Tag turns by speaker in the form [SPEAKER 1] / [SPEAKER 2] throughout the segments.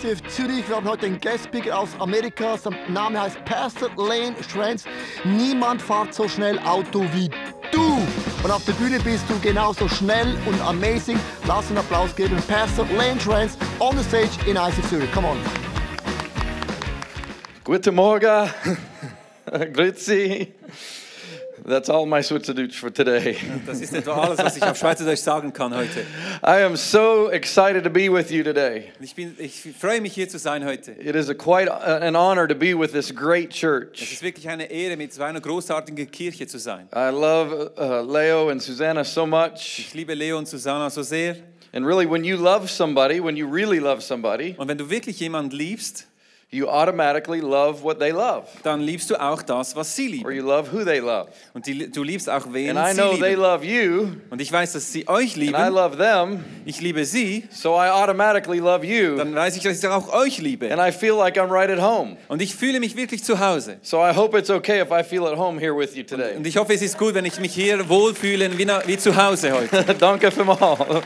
[SPEAKER 1] Schiff Zürich. Wir haben heute einen Guest-Speaker aus Amerika. Sein Name heißt Pastor Lane Schrenz. Niemand fährt so schnell Auto wie du. Und auf der Bühne bist du genauso schnell und amazing. Lass einen Applaus geben. Pastor Lane Schrenz on the stage in IC Zürich. Come on.
[SPEAKER 2] Guten Morgen. Grüezi. That's all my Switzerdeutsch for today.
[SPEAKER 3] Das ist etwa alles, was ich auf Schweizerdeutsch sagen kann heute.
[SPEAKER 2] I am so excited to be with you today.
[SPEAKER 3] Und Ich, bin, ich freue mich, hier zu sein heute.
[SPEAKER 2] It is a quite uh, an honor to be with this great
[SPEAKER 3] Es
[SPEAKER 2] church.
[SPEAKER 3] ist wirklich eine Ehre, mit so einer großartigen Kirche zu sein.
[SPEAKER 2] I love uh, Leo and Susanna so much.
[SPEAKER 3] Ich liebe Leo und Susanna so sehr.
[SPEAKER 2] And really, when you love somebody, when you really love somebody,
[SPEAKER 3] Und wenn du wirklich jemanden liebst,
[SPEAKER 2] you automatically love what they love,
[SPEAKER 3] dann liebst du auch das, was sie
[SPEAKER 2] or
[SPEAKER 3] lieben.
[SPEAKER 2] you love who they love.
[SPEAKER 3] Und die, du liebst auch, wen
[SPEAKER 2] And I know
[SPEAKER 3] sie
[SPEAKER 2] they
[SPEAKER 3] lieben.
[SPEAKER 2] love you,
[SPEAKER 3] Und ich weiß, dass sie euch
[SPEAKER 2] and I
[SPEAKER 3] lieben.
[SPEAKER 2] love them,
[SPEAKER 3] Ich liebe sie.
[SPEAKER 2] so I automatically love you.
[SPEAKER 3] Dann weiß ich, dass ich auch euch liebe.
[SPEAKER 2] And I feel like I'm right at home.
[SPEAKER 3] Und ich fühle mich wirklich zu Hause.
[SPEAKER 2] So I hope it's okay if I feel at home here with you today.
[SPEAKER 3] Und ich hoffe, es ist gut, wenn ich mich hier wohlfühle, wie, na- wie zu Hause heute.
[SPEAKER 2] Danke für mal.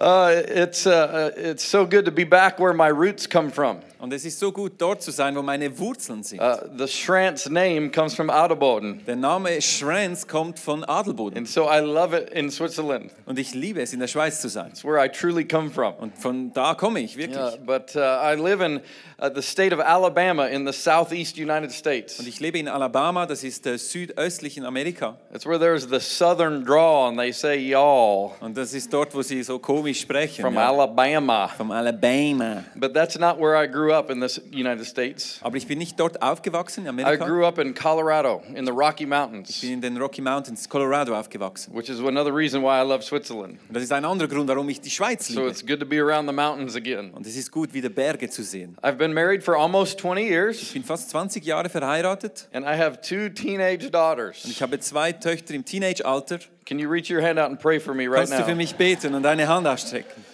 [SPEAKER 2] Uh, it's, uh, uh, it's so good to be back where my roots come from.
[SPEAKER 3] Und es ist so gut, dort zu sein, wo meine Wurzeln sind.
[SPEAKER 2] Uh, the Schrantz name comes from Adelboden,
[SPEAKER 3] Der Name Schrenz kommt von Adelboden
[SPEAKER 2] and so I love it in Switzerland.
[SPEAKER 3] und ich liebe es, in der Schweiz zu sein.
[SPEAKER 2] It's where I truly come from.
[SPEAKER 3] Und von da komme ich wirklich.
[SPEAKER 2] Uh, but uh, I live in uh, the state of Alabama in the southeast United States.
[SPEAKER 3] Und ich lebe in Alabama, das ist äh, südöstlich in Amerika.
[SPEAKER 2] That's where there's the southern drawl, and they say y'all
[SPEAKER 3] Und das ist dort, wo sie so komisch sprechen.
[SPEAKER 2] from
[SPEAKER 3] ja.
[SPEAKER 2] Alabama.
[SPEAKER 3] Vom Alabama.
[SPEAKER 2] But that's not where I grew up in the United States.
[SPEAKER 3] Aber ich bin nicht dort aufgewachsen in
[SPEAKER 2] I
[SPEAKER 3] Amerika.
[SPEAKER 2] grew up in Colorado in the Rocky Mountains.
[SPEAKER 3] Ich bin in den Rocky Mountains, Colorado aufgewachsen.
[SPEAKER 2] which is another reason why I love Switzerland.
[SPEAKER 3] Und das ist ein anderer Grund, warum ich die Schweiz
[SPEAKER 2] So
[SPEAKER 3] liebe.
[SPEAKER 2] it's good to be around the mountains again.
[SPEAKER 3] Und es ist gut, wieder Berge zu sehen.
[SPEAKER 2] I've been married for almost 20
[SPEAKER 3] Ich
[SPEAKER 2] years,
[SPEAKER 3] bin fast 20 Jahre verheiratet.
[SPEAKER 2] and I have two teenage
[SPEAKER 3] Ich
[SPEAKER 2] daughters.
[SPEAKER 3] habe zwei Töchter im Teenage-Alter.
[SPEAKER 2] Can you reach your hand out and pray for me right
[SPEAKER 3] Kannst du für
[SPEAKER 2] now?
[SPEAKER 3] mich beten und deine Hand ausstrecken?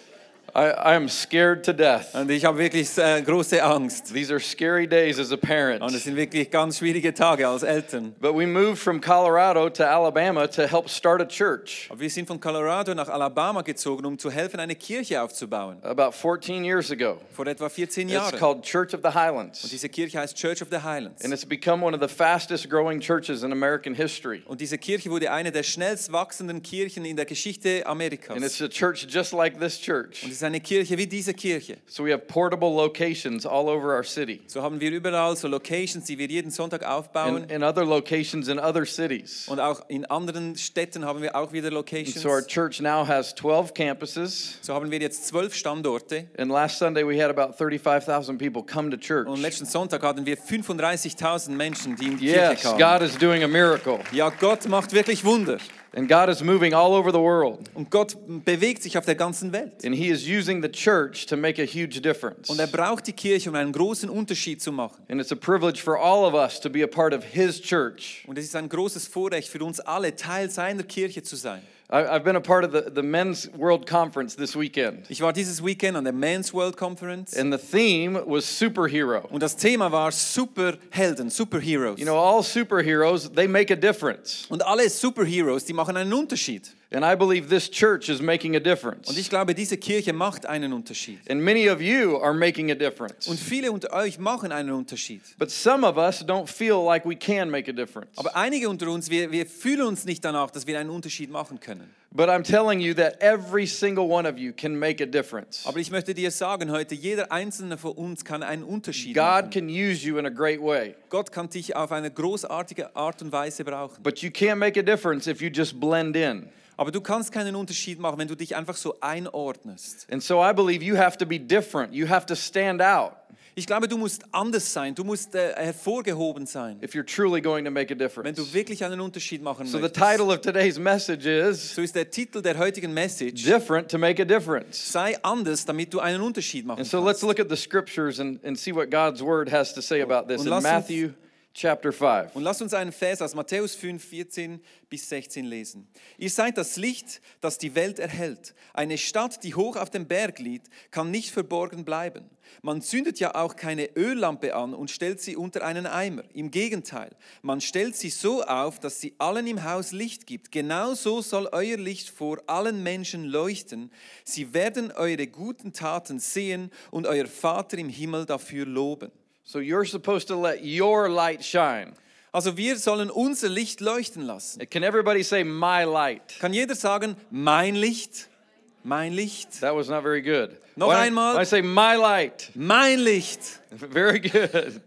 [SPEAKER 2] I, I am scared to death.
[SPEAKER 3] Und ich habe wirklich äh, große Angst.
[SPEAKER 2] These are scary days as a
[SPEAKER 3] Und es
[SPEAKER 2] parent.
[SPEAKER 3] sind wirklich ganz schwierige Tage als Eltern.
[SPEAKER 2] But we moved from Colorado to Alabama to help start a church
[SPEAKER 3] Aber wir sind von Colorado nach Alabama gezogen, um zu helfen, eine Kirche aufzubauen.
[SPEAKER 2] about 14 years ago.
[SPEAKER 3] Vor etwa 14
[SPEAKER 2] It's
[SPEAKER 3] Jahren.
[SPEAKER 2] called Church of the Highlands,
[SPEAKER 3] Diese Kirche heißt Church of the
[SPEAKER 2] and
[SPEAKER 3] Highlands.
[SPEAKER 2] it's become one of the fastest growing churches in American history.
[SPEAKER 3] Und diese Kirche wurde eine der schnellst wachsenden Kirchen in der Geschichte Amerikas.
[SPEAKER 2] And it's
[SPEAKER 3] Und
[SPEAKER 2] a church just like this church.
[SPEAKER 3] es ist eine Kirche wie diese Kirche.
[SPEAKER 2] So we have portable locations all over our city
[SPEAKER 3] So haben wir überall so Locations, die wir jeden Sonntag
[SPEAKER 2] and,
[SPEAKER 3] aufbauen.
[SPEAKER 2] and other locations in other cities.
[SPEAKER 3] Und auch in anderen Städten haben wir auch wieder Locations.
[SPEAKER 2] So our church now has 12 campuses.
[SPEAKER 3] So haben wir jetzt zwölf Standorte.
[SPEAKER 2] And last Sunday we had about 35,000 people come to church.
[SPEAKER 3] Und letzten Sonntag hatten wir 35.000 Menschen, die in die
[SPEAKER 2] Yes,
[SPEAKER 3] Kirche kamen.
[SPEAKER 2] God is doing a miracle.
[SPEAKER 3] Ja, Gott macht wirklich Wunder.
[SPEAKER 2] And God is moving all over the world.
[SPEAKER 3] Und Gott bewegt sich auf der ganzen Welt.
[SPEAKER 2] And He is using the church to make a huge difference.
[SPEAKER 3] Und er braucht die Kirche, um einen großen Unterschied zu machen.
[SPEAKER 2] And it's a privilege for all of us to be a part of His church.
[SPEAKER 3] Und es ist ein großes Vorrecht für uns alle, Teil seiner Kirche zu sein.
[SPEAKER 2] I, I've been a part of the, the Men's World Conference this weekend.
[SPEAKER 3] Ich war dieses Weekend an der Men's World Conference.
[SPEAKER 2] And the theme was superhero.
[SPEAKER 3] Und das Thema war Superhelden, Superheroes.
[SPEAKER 2] You know, all superheroes, they make a difference.
[SPEAKER 3] Und alle Superheroes, die machen einen Unterschied.
[SPEAKER 2] And I believe this church is making a
[SPEAKER 3] Und ich
[SPEAKER 2] difference.
[SPEAKER 3] glaube, diese Kirche macht einen Unterschied.
[SPEAKER 2] And many of you are making a difference.
[SPEAKER 3] Und viele unter euch machen einen Unterschied.
[SPEAKER 2] But some of us don't feel like we can make a difference.
[SPEAKER 3] Aber einige unter uns, wir, wir fühlen uns nicht danach, dass wir einen Unterschied machen können.
[SPEAKER 2] But I'm telling you that every single one of you can make a difference.
[SPEAKER 3] Aber ich möchte dir sagen heute, jeder einzelne von uns kann einen Unterschied
[SPEAKER 2] God
[SPEAKER 3] machen.
[SPEAKER 2] can use you in a great way.
[SPEAKER 3] Gott kann dich auf eine großartige Art und Weise brauchen.
[SPEAKER 2] But you can't make a difference if you just blend in.
[SPEAKER 3] Aber du kannst keinen Unterschied machen, wenn du dich einfach so einordnest.
[SPEAKER 2] And so I believe you have to be different. You have to stand out
[SPEAKER 3] Ich glaube, du musst anders sein, du musst äh, hervorgehoben sein,
[SPEAKER 2] if you're truly going to make a
[SPEAKER 3] wenn
[SPEAKER 2] difference.
[SPEAKER 3] du wirklich einen Unterschied machen
[SPEAKER 2] So the
[SPEAKER 3] möchtest.
[SPEAKER 2] title of today's message is
[SPEAKER 3] so ist der Titel der heutigen Message,
[SPEAKER 2] Different to Make a Difference.
[SPEAKER 3] sei anders, damit du einen Unterschied machen
[SPEAKER 2] And so let's
[SPEAKER 3] kannst.
[SPEAKER 2] look at the scriptures and, and see what God's word has to say about this.
[SPEAKER 3] Und
[SPEAKER 2] In
[SPEAKER 3] lass uns
[SPEAKER 2] Matthew chapter 5.
[SPEAKER 3] Und lasst uns einen Vers aus Matthäus 5, 14 bis 16 lesen. Ihr seid das Licht, das die Welt erhält. Eine Stadt, die hoch auf dem Berg liegt, kann nicht verborgen bleiben. Man zündet ja auch keine Öllampe an und stellt sie unter einen Eimer. Im Gegenteil, man stellt sie so auf, dass sie allen im Haus Licht gibt. Genau so soll euer Licht vor allen Menschen leuchten. Sie werden eure guten Taten sehen und euer Vater im Himmel dafür loben.
[SPEAKER 2] So you're supposed to let your light shine.
[SPEAKER 3] Also wir sollen unser Licht leuchten lassen.
[SPEAKER 2] Can everybody say, My light?
[SPEAKER 3] Kann jeder sagen, mein Licht, mein Licht,
[SPEAKER 2] That was not very good.
[SPEAKER 3] Noch
[SPEAKER 2] Why-
[SPEAKER 3] einmal.
[SPEAKER 2] why say, My light.
[SPEAKER 3] mein Licht?
[SPEAKER 2] Very good.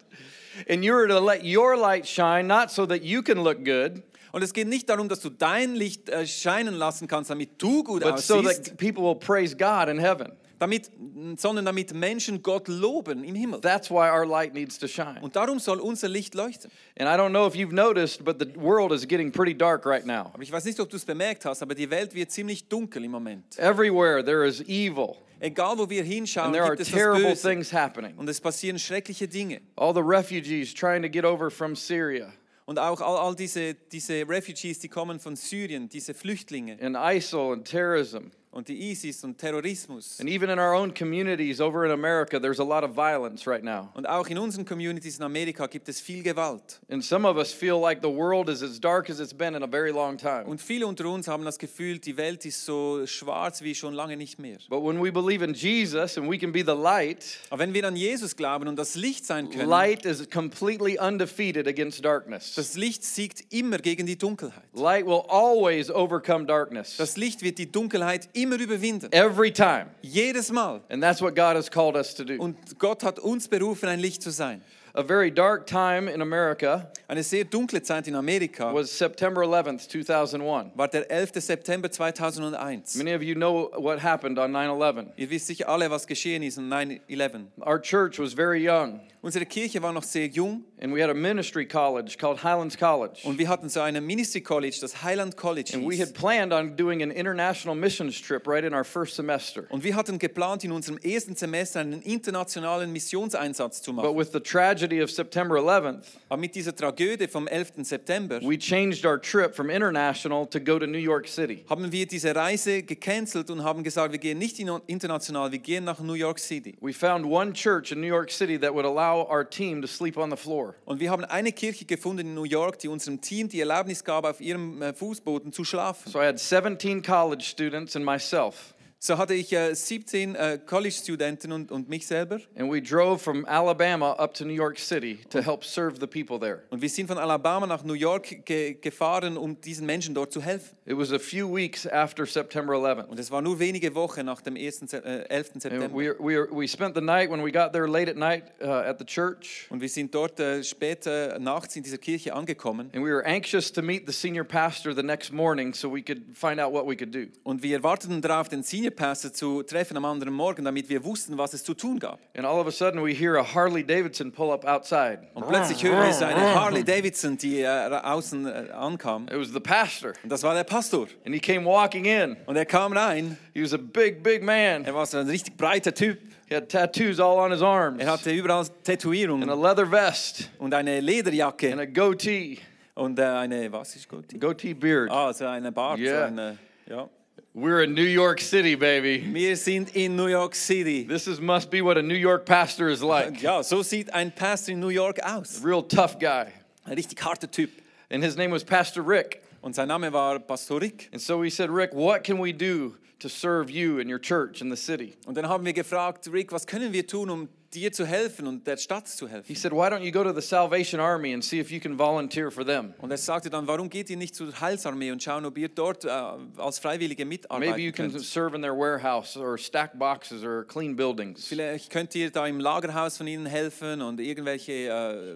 [SPEAKER 2] And you are to let your light shine, not so that you can look good,
[SPEAKER 3] Und es geht nicht darum, dass du dein Licht äh, scheinen lassen kannst, damit du gut
[SPEAKER 2] but so
[SPEAKER 3] aussiehst,
[SPEAKER 2] that people will praise God in heaven.
[SPEAKER 3] damit, sondern damit Menschen Gott loben im Himmel.
[SPEAKER 2] That's why our light needs to shine.
[SPEAKER 3] Und darum soll unser Licht leuchten.
[SPEAKER 2] And I don't know if you've noticed, but the world is getting pretty dark right now.
[SPEAKER 3] Aber ich weiß nicht, ob du es bemerkt hast, aber die Welt wird ziemlich dunkel im Moment.
[SPEAKER 2] Everywhere there is evil,
[SPEAKER 3] Egal, wo wir
[SPEAKER 2] and
[SPEAKER 3] hinschauen,
[SPEAKER 2] there are
[SPEAKER 3] gibt es das
[SPEAKER 2] terrible
[SPEAKER 3] Böse.
[SPEAKER 2] things happening.
[SPEAKER 3] Und es passieren schreckliche Dinge.
[SPEAKER 2] All the refugees trying to get over from Syria,
[SPEAKER 3] Und auch all, all diese, diese Refugees, die kommen von Syrien, diese Flüchtlinge.
[SPEAKER 2] and ISIL and terrorism.
[SPEAKER 3] und die ISIS und Terrorismus.
[SPEAKER 2] And even in our own communities over in America, there's a lot of violence right now.
[SPEAKER 3] Und auch in unseren Communities in Amerika gibt es viel Gewalt.
[SPEAKER 2] And some of us feel like the world is as dark as it's been in a very long time.
[SPEAKER 3] Und viele unter uns haben das Gefühl, die Welt ist so schwarz wie schon lange nicht mehr.
[SPEAKER 2] But when we believe in Jesus and we can be the light,
[SPEAKER 3] Aber wenn wir an Jesus glauben und das Licht sein können,
[SPEAKER 2] light is completely undefeated against darkness.
[SPEAKER 3] das Licht siegt immer gegen die Dunkelheit.
[SPEAKER 2] Light will always overcome darkness
[SPEAKER 3] Das Licht wird die Dunkelheit immer überwinden.
[SPEAKER 2] every time.
[SPEAKER 3] Jedes Mal.
[SPEAKER 2] And that's what God has called us to do.
[SPEAKER 3] Und Gott hat uns berufen, ein Licht zu sein.
[SPEAKER 2] A very dark time in America
[SPEAKER 3] Eine sehr dunkle Zeit in Amerika
[SPEAKER 2] was September 11th, 2001.
[SPEAKER 3] war der 11. September 2001.
[SPEAKER 2] Many of you know what happened on 9 11.
[SPEAKER 3] Ihr wisst sicher alle, was geschehen ist an 9-11.
[SPEAKER 2] Our church was very young,
[SPEAKER 3] Unsere Kirche war noch sehr jung.
[SPEAKER 2] and we had a ministry college called Highlands College.
[SPEAKER 3] Und wir hatten so ein Ministry College, das Highland College
[SPEAKER 2] And we
[SPEAKER 3] hieß.
[SPEAKER 2] had planned on doing an international missions trip right in our first semester.
[SPEAKER 3] Und wir hatten geplant, in unserem ersten Semester einen internationalen Missionseinsatz zu
[SPEAKER 2] But
[SPEAKER 3] machen.
[SPEAKER 2] with the tragedy of September 11th,
[SPEAKER 3] Aber mit dieser Tragödie vom 11. September
[SPEAKER 2] we changed our trip from international to go to New York City.
[SPEAKER 3] haben wir diese Reise gecancelt und haben gesagt, wir gehen nicht in international, wir gehen nach New York City.
[SPEAKER 2] We found one church in New York City that would allow our team to sleep on the floor.
[SPEAKER 3] Und wir haben eine Kirche gefunden in New York, die unserem Team die Erlaubnis gab, auf ihrem äh, Fußboden zu schlafen.
[SPEAKER 2] So I had 17 college students and myself,
[SPEAKER 3] So hatte ich äh, 17 äh, College-Studenten und, und mich selber.
[SPEAKER 2] and we drove from Alabama up to New York City to help serve the people there.
[SPEAKER 3] Und wir sind von Alabama nach New York ge gefahren, um diesen Menschen dort zu helfen.
[SPEAKER 2] It was a few weeks after September
[SPEAKER 3] Und
[SPEAKER 2] 11th.
[SPEAKER 3] es war nur wenige Wochen nach dem 1. Se äh, 11.
[SPEAKER 2] And
[SPEAKER 3] September.
[SPEAKER 2] we, we, we spent the night when we got there late at night uh, at the church,
[SPEAKER 3] und wir sind dort äh, später nachts in dieser Kirche angekommen.
[SPEAKER 2] and we were anxious to meet the senior pastor the next morning so we could find out what we could do.
[SPEAKER 3] Und wir warteten darauf, den Senior Pastor zu treffen am anderen Morgen, damit wir wussten, was es zu tun gab.
[SPEAKER 2] And all of a sudden, we hear a Harley Davidson pull up outside.
[SPEAKER 3] Und plötzlich hören wir so eine Harley Davidson, die äh, außen äh, ankam.
[SPEAKER 2] It was the pastor,
[SPEAKER 3] Und das war der Pastor.
[SPEAKER 2] and he came walking in.
[SPEAKER 3] Und er kam rein.
[SPEAKER 2] He was a big, big man.
[SPEAKER 3] Er war so ein richtig breiter Typ.
[SPEAKER 2] He had tattoos all on his arms,
[SPEAKER 3] Er hatte überall
[SPEAKER 2] and a
[SPEAKER 3] Tätowierungen
[SPEAKER 2] leather vest,
[SPEAKER 3] und eine
[SPEAKER 2] and
[SPEAKER 3] Lederjacke
[SPEAKER 2] a goatee,
[SPEAKER 3] und äh, eine, was ist gut?
[SPEAKER 2] goatee beard.
[SPEAKER 3] Ah, so eine Bart.
[SPEAKER 2] Yeah.
[SPEAKER 3] So eine, ja.
[SPEAKER 2] We're in New York City, baby.
[SPEAKER 3] Wir sind in New York City.
[SPEAKER 2] This is must be what a New York pastor is like.
[SPEAKER 3] Ja, so sieht ein Pastor in New York aus.
[SPEAKER 2] Real tough guy.
[SPEAKER 3] Ein richtig harter Typ.
[SPEAKER 2] And his name was Pastor Rick.
[SPEAKER 3] Und sein Name war Pastor Rick.
[SPEAKER 2] And so he said, Rick, what can we do to serve you and your church in the city?
[SPEAKER 3] Und dann haben wir gefragt, Rick, was können wir tun, um dir zu helfen und der Stadt zu helfen?
[SPEAKER 2] He said, Why don't you go to the Salvation Army and see if you can volunteer for them?
[SPEAKER 3] Und er sagte dann, warum geht ihr nicht zur Heilsarmee und schauen, ob ihr dort äh, als Freiwillige
[SPEAKER 2] Maybe you
[SPEAKER 3] mitarbeiten
[SPEAKER 2] can
[SPEAKER 3] könnt?
[SPEAKER 2] serve in their warehouse or stack boxes or clean buildings.
[SPEAKER 3] Vielleicht könnt ihr da im Lagerhaus von ihnen helfen und irgendwelche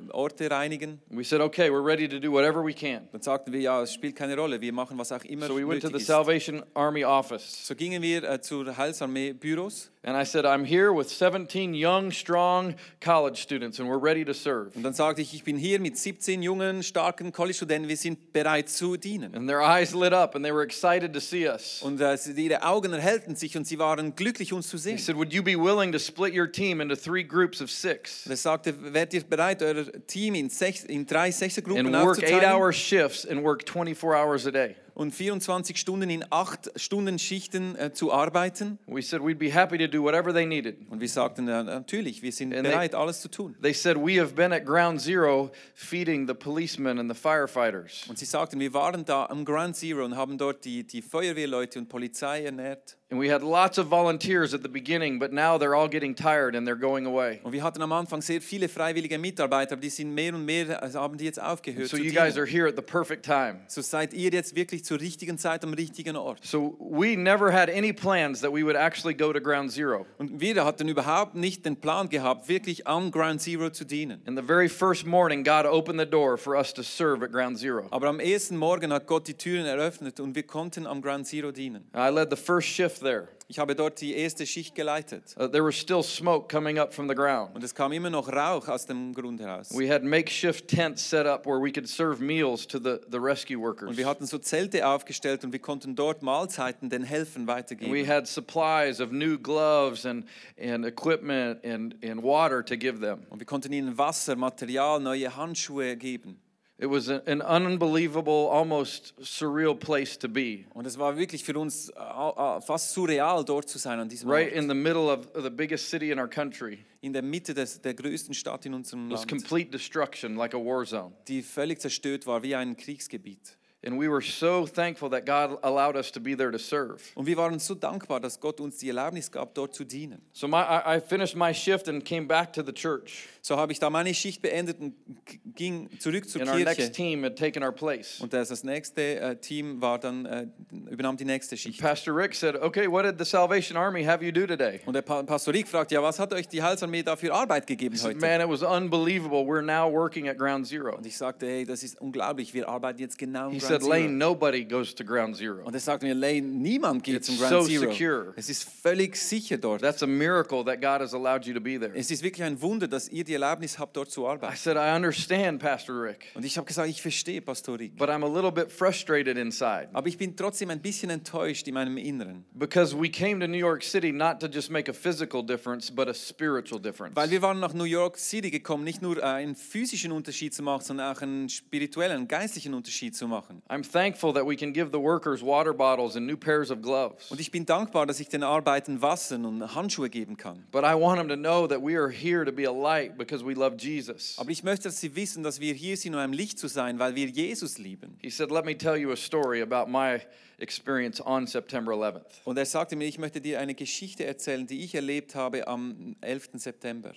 [SPEAKER 3] äh, Orte reinigen.
[SPEAKER 2] We said, Okay, we're ready to do whatever we can.
[SPEAKER 3] Dann sagten wir, ja, es spielt keine Rolle, wir machen was auch immer
[SPEAKER 2] So we went to
[SPEAKER 3] nötig
[SPEAKER 2] the
[SPEAKER 3] ist.
[SPEAKER 2] Salvation Army office.
[SPEAKER 3] So gingen wir äh, zur Heilsarmee Büros
[SPEAKER 2] And I said, I'm here with 17 young strong college students and we're ready to serve.
[SPEAKER 3] Und dann sagte ich, ich bin hier mit 17 jungen, starken College-Studenten, wir sind bereit zu dienen.
[SPEAKER 2] And their eyes lit up and they were excited to see us.
[SPEAKER 3] Und äh, sie- ihre Augen erhellten sich und sie waren glücklich, uns zu
[SPEAKER 2] He
[SPEAKER 3] sehen.
[SPEAKER 2] said, Would you be willing to split your team into three groups of six
[SPEAKER 3] Und er sagte, werdet ihr bereit, euer Team in, sechs, in drei
[SPEAKER 2] and
[SPEAKER 3] Sechsergruppen
[SPEAKER 2] work eight
[SPEAKER 3] aufzuteilen
[SPEAKER 2] hour shifts and work 24 hours a day?
[SPEAKER 3] und 24 Stunden in 8 Stunden Schichten äh, zu arbeiten?
[SPEAKER 2] We said, We'd be happy to do whatever they needed.
[SPEAKER 3] Und wir sagten, äh, natürlich, wir sind
[SPEAKER 2] And they-
[SPEAKER 3] bereit, alles zu tun.
[SPEAKER 2] They said, We have been at ground zero feeding the policemen and the firefighters.
[SPEAKER 3] Und sie sagten, wir waren da am Ground Zero und haben dort die, die Feuerwehrleute und Polizei ernährt.
[SPEAKER 2] And we had lots of volunteers at the beginning, but now they're all getting tired and they're going away.
[SPEAKER 3] Und wir hatten am Anfang sehr viele freiwillige Mitarbeiter, aber die sind mehr und mehr, also haben die jetzt aufgehört
[SPEAKER 2] So
[SPEAKER 3] zu
[SPEAKER 2] you
[SPEAKER 3] dienen.
[SPEAKER 2] guys are here at the perfect time.
[SPEAKER 3] so seid ihr jetzt wirklich zur richtigen Zeit am richtigen Ort.
[SPEAKER 2] So we never had any plans that we would actually go to ground zero.
[SPEAKER 3] Und wir hatten überhaupt nicht den Plan gehabt, wirklich am Ground Zero zu dienen.
[SPEAKER 2] And the very first morning, God opened the door for us to serve at ground zero.
[SPEAKER 3] Aber am ersten Morgen hat Gott die Türen eröffnet und wir konnten am Ground Zero dienen.
[SPEAKER 2] I led the first shift there.
[SPEAKER 3] Ich habe dort die erste Schicht geleitet
[SPEAKER 2] Uh, there was still smoke coming up from the ground.
[SPEAKER 3] und es kam immer noch Rauch aus dem Grund heraus.
[SPEAKER 2] We had makeshift tents set up where we could serve meals to the, the rescue workers.
[SPEAKER 3] Und wir hatten so Zelte aufgestellt und wir konnten dort Mahlzeiten den Helfern
[SPEAKER 2] We
[SPEAKER 3] weitergeben.
[SPEAKER 2] had supplies of new gloves and, and equipment and, and water to give them.
[SPEAKER 3] Und wir konnten ihnen Wasser, Material, neue Handschuhe geben.
[SPEAKER 2] It was a- an unbelievable, almost surreal place to be,
[SPEAKER 3] Und es war wirklich für uns äh, äh, fast surreal, dort zu sein an diesem
[SPEAKER 2] right
[SPEAKER 3] Ort.
[SPEAKER 2] in the middle of the biggest city in our country.
[SPEAKER 3] In der Mitte des, der größten Stadt in unserem
[SPEAKER 2] It was
[SPEAKER 3] Land,
[SPEAKER 2] complete destruction, like a war zone.
[SPEAKER 3] die völlig zerstört war, wie ein Kriegsgebiet.
[SPEAKER 2] And we were so thankful that God allowed us to be there to serve.
[SPEAKER 3] Und wir waren so dankbar, dass Gott uns die Erlaubnis gab, dort zu dienen.
[SPEAKER 2] So my, I, I finished my shift and came back to the church.
[SPEAKER 3] So habe ich da meine Schicht beendet und g- ging zurück zur
[SPEAKER 2] And our next
[SPEAKER 3] Kirche.
[SPEAKER 2] team had taken our place.
[SPEAKER 3] Und das, das nächste äh, Team war dann, äh, übernahm die nächste Schicht.
[SPEAKER 2] Pastor Rick said, Okay, what did the Salvation Army have you do today?
[SPEAKER 3] Und der pa Pastor Rick fragt, ja, was hat euch die Heilsarmee da für Arbeit gegeben heute?
[SPEAKER 2] Man, it was unbelievable. We're now working at ground zero.
[SPEAKER 3] Und ich sagte, hey, das ist unglaublich, wir arbeiten jetzt genau am
[SPEAKER 2] He said,
[SPEAKER 3] Ground
[SPEAKER 2] Lane,
[SPEAKER 3] Zero.
[SPEAKER 2] nobody goes to ground zero.
[SPEAKER 3] Und er sagte mir, Lane, niemand geht
[SPEAKER 2] It's
[SPEAKER 3] zum Ground
[SPEAKER 2] so
[SPEAKER 3] Zero.
[SPEAKER 2] secure.
[SPEAKER 3] Es ist völlig sicher dort.
[SPEAKER 2] That's a miracle that God has allowed you to be there.
[SPEAKER 3] es ist wirklich ein Wunder, dass ihr die Erlaubnis habt, dort zu
[SPEAKER 2] I
[SPEAKER 3] arbeiten.
[SPEAKER 2] said, I understand, Pastor Rick,
[SPEAKER 3] Und ich habe gesagt, ich verstehe, Pastor Rick.
[SPEAKER 2] but I'm a little bit frustrated inside
[SPEAKER 3] Aber ich bin trotzdem ein bisschen enttäuscht in meinem Inneren.
[SPEAKER 2] because we came to New York City not to just make a physical difference, but a spiritual difference.
[SPEAKER 3] Weil wir waren nach New York City gekommen, nicht nur äh, einen physischen Unterschied zu machen, sondern auch einen spirituellen, einen geistlichen Unterschied zu machen.
[SPEAKER 2] I'm thankful that we can give the workers water bottles and new pairs of gloves.
[SPEAKER 3] Und ich bin dankbar, dass ich den Arbeitern Wasser und Handschuhe geben kann.
[SPEAKER 2] But I want them to know that we are here to be a light because we love Jesus.
[SPEAKER 3] Aber ich möchte, dass sie wissen, dass wir hier sind, um ein Licht zu sein, weil wir Jesus lieben.
[SPEAKER 2] He said, Let me tell you a story about my experience on September 11th.
[SPEAKER 3] Und er sagte mir, ich möchte dir eine Geschichte erzählen, die ich erlebt habe am 11. September.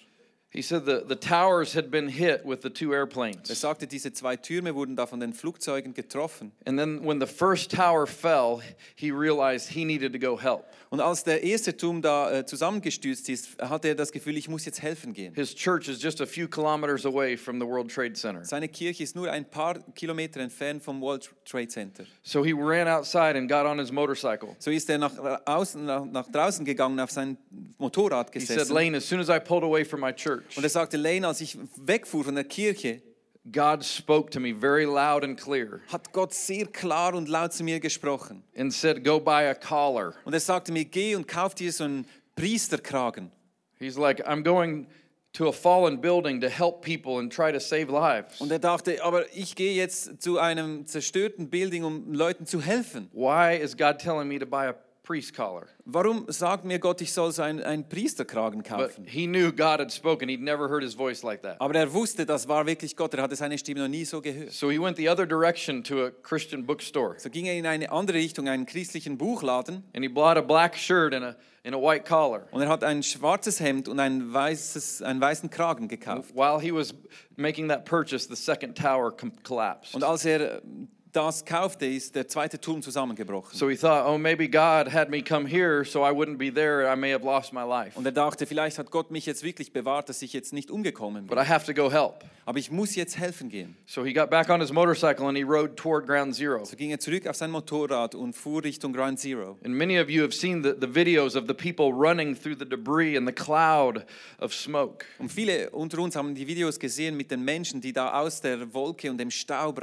[SPEAKER 2] He said the, the towers had been hit with the two
[SPEAKER 3] Er
[SPEAKER 2] airplanes.
[SPEAKER 3] sagte, diese zwei Türme wurden da von den Flugzeugen getroffen.
[SPEAKER 2] And then when the first tower fell, he realized he needed to go help.
[SPEAKER 3] Und als der erste Turm da äh, zusammengestürzt ist, hatte er das Gefühl, ich muss jetzt helfen gehen.
[SPEAKER 2] His church is just a few kilometers away from the World Trade Center.
[SPEAKER 3] Seine Kirche ist nur ein paar Kilometer entfernt vom World Trade Center.
[SPEAKER 2] So he ran outside and got on his motorcycle.
[SPEAKER 3] So ist er nach äh, außen, nach, nach draußen gegangen, auf sein Motorrad
[SPEAKER 2] He said,
[SPEAKER 3] gesessen.
[SPEAKER 2] Lane, as soon as I pulled away from my church,
[SPEAKER 3] Und er sagte, Lane, als ich wegfuhr von der Kirche,
[SPEAKER 2] God spoke to me very loud and clear
[SPEAKER 3] hat Gott sehr klar und laut zu mir gesprochen.
[SPEAKER 2] and said, Go buy a collar.
[SPEAKER 3] Und er sagte mir, geh und kauf dir so einen Priesterkragen.
[SPEAKER 2] He's like, I'm going to a fallen building to help people and try to save lives.
[SPEAKER 3] Und er dachte, aber ich gehe jetzt zu einem zerstörten Building, um Leuten zu helfen.
[SPEAKER 2] Why is God telling me to buy a priest collar?
[SPEAKER 3] Warum sagt mir Gott, ich soll so einen, einen Priesterkragen
[SPEAKER 2] But
[SPEAKER 3] kaufen?
[SPEAKER 2] he knew God had spoken. He'd never heard his voice like that.
[SPEAKER 3] Aber er wusste, das war wirklich Gott. Er hatte seine Stimme noch nie so gehört.
[SPEAKER 2] So he went the other direction to a Christian bookstore
[SPEAKER 3] So ging er in eine andere Richtung, einen christlichen Buchladen.
[SPEAKER 2] and he bought a black shirt and a, and a white collar.
[SPEAKER 3] Und er hat ein schwarzes Hemd und ein weißes, einen weißen Kragen gekauft.
[SPEAKER 2] While he was making that purchase, the second tower com- collapsed.
[SPEAKER 3] Und als er ähm, das kaufte, ist der zweite Turm zusammengebrochen.
[SPEAKER 2] So he thought, oh, maybe God had me come here so I wouldn't be there and I may have lost my life.
[SPEAKER 3] Und er dachte, vielleicht hat Gott mich jetzt wirklich bewahrt, dass ich jetzt nicht umgekommen
[SPEAKER 2] But
[SPEAKER 3] bin.
[SPEAKER 2] I have to go help.
[SPEAKER 3] Aber ich muss jetzt helfen gehen.
[SPEAKER 2] So he got back on his motorcycle and he rode toward ground zero.
[SPEAKER 3] So ging er zurück auf sein Motorrad und fuhr Richtung Ground Zero.
[SPEAKER 2] And many of you have seen the, the videos of the people running through the debris and the cloud of smoke.
[SPEAKER 3] Und viele unter uns haben die Videos gesehen mit den Menschen, die da aus der Wolke und dem Staub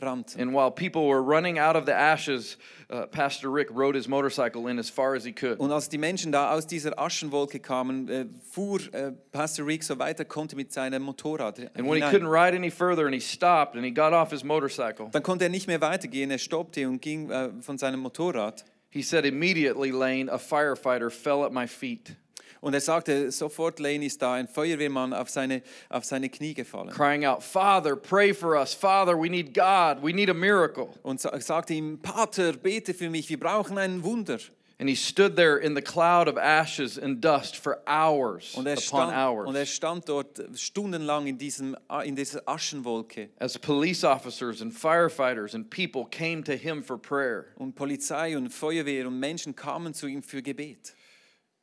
[SPEAKER 3] rausrannten.
[SPEAKER 2] And while people were running out of the ashes, uh, Pastor Rick rode his motorcycle in as far as he could.
[SPEAKER 3] Und als die Menschen da aus dieser Aschenwolke kamen, äh, fuhr äh, Pastor Rick so weiter konnte mit seinem Motorrad
[SPEAKER 2] And when he
[SPEAKER 3] hinein.
[SPEAKER 2] couldn't ride any further and he stopped and he got off his motorcycle,
[SPEAKER 3] Dann konnte er nicht mehr weitergehen, er stoppte und ging äh, von seinem Motorrad.
[SPEAKER 2] he said, Immediately, Lane, a firefighter fell at my feet,
[SPEAKER 3] Und er sagte, sofort Lane ist da, ein Feuerwehrmann auf seine, auf seine Knie gefallen.
[SPEAKER 2] crying out, Father, pray for us. Father, we need God. We need a miracle.
[SPEAKER 3] Und sa sagte ihm, Pater, bete für mich, wir brauchen ein Wunder.
[SPEAKER 2] And he stood there in the cloud of ashes and dust for hours
[SPEAKER 3] Und er,
[SPEAKER 2] upon
[SPEAKER 3] stand, und er
[SPEAKER 2] hours
[SPEAKER 3] stand dort stundenlang in, diesem, in dieser Aschenwolke.
[SPEAKER 2] as police officers and firefighters and people came to him for prayer.
[SPEAKER 3] Und Polizei und Feuerwehr und Menschen kamen zu ihm für Gebet.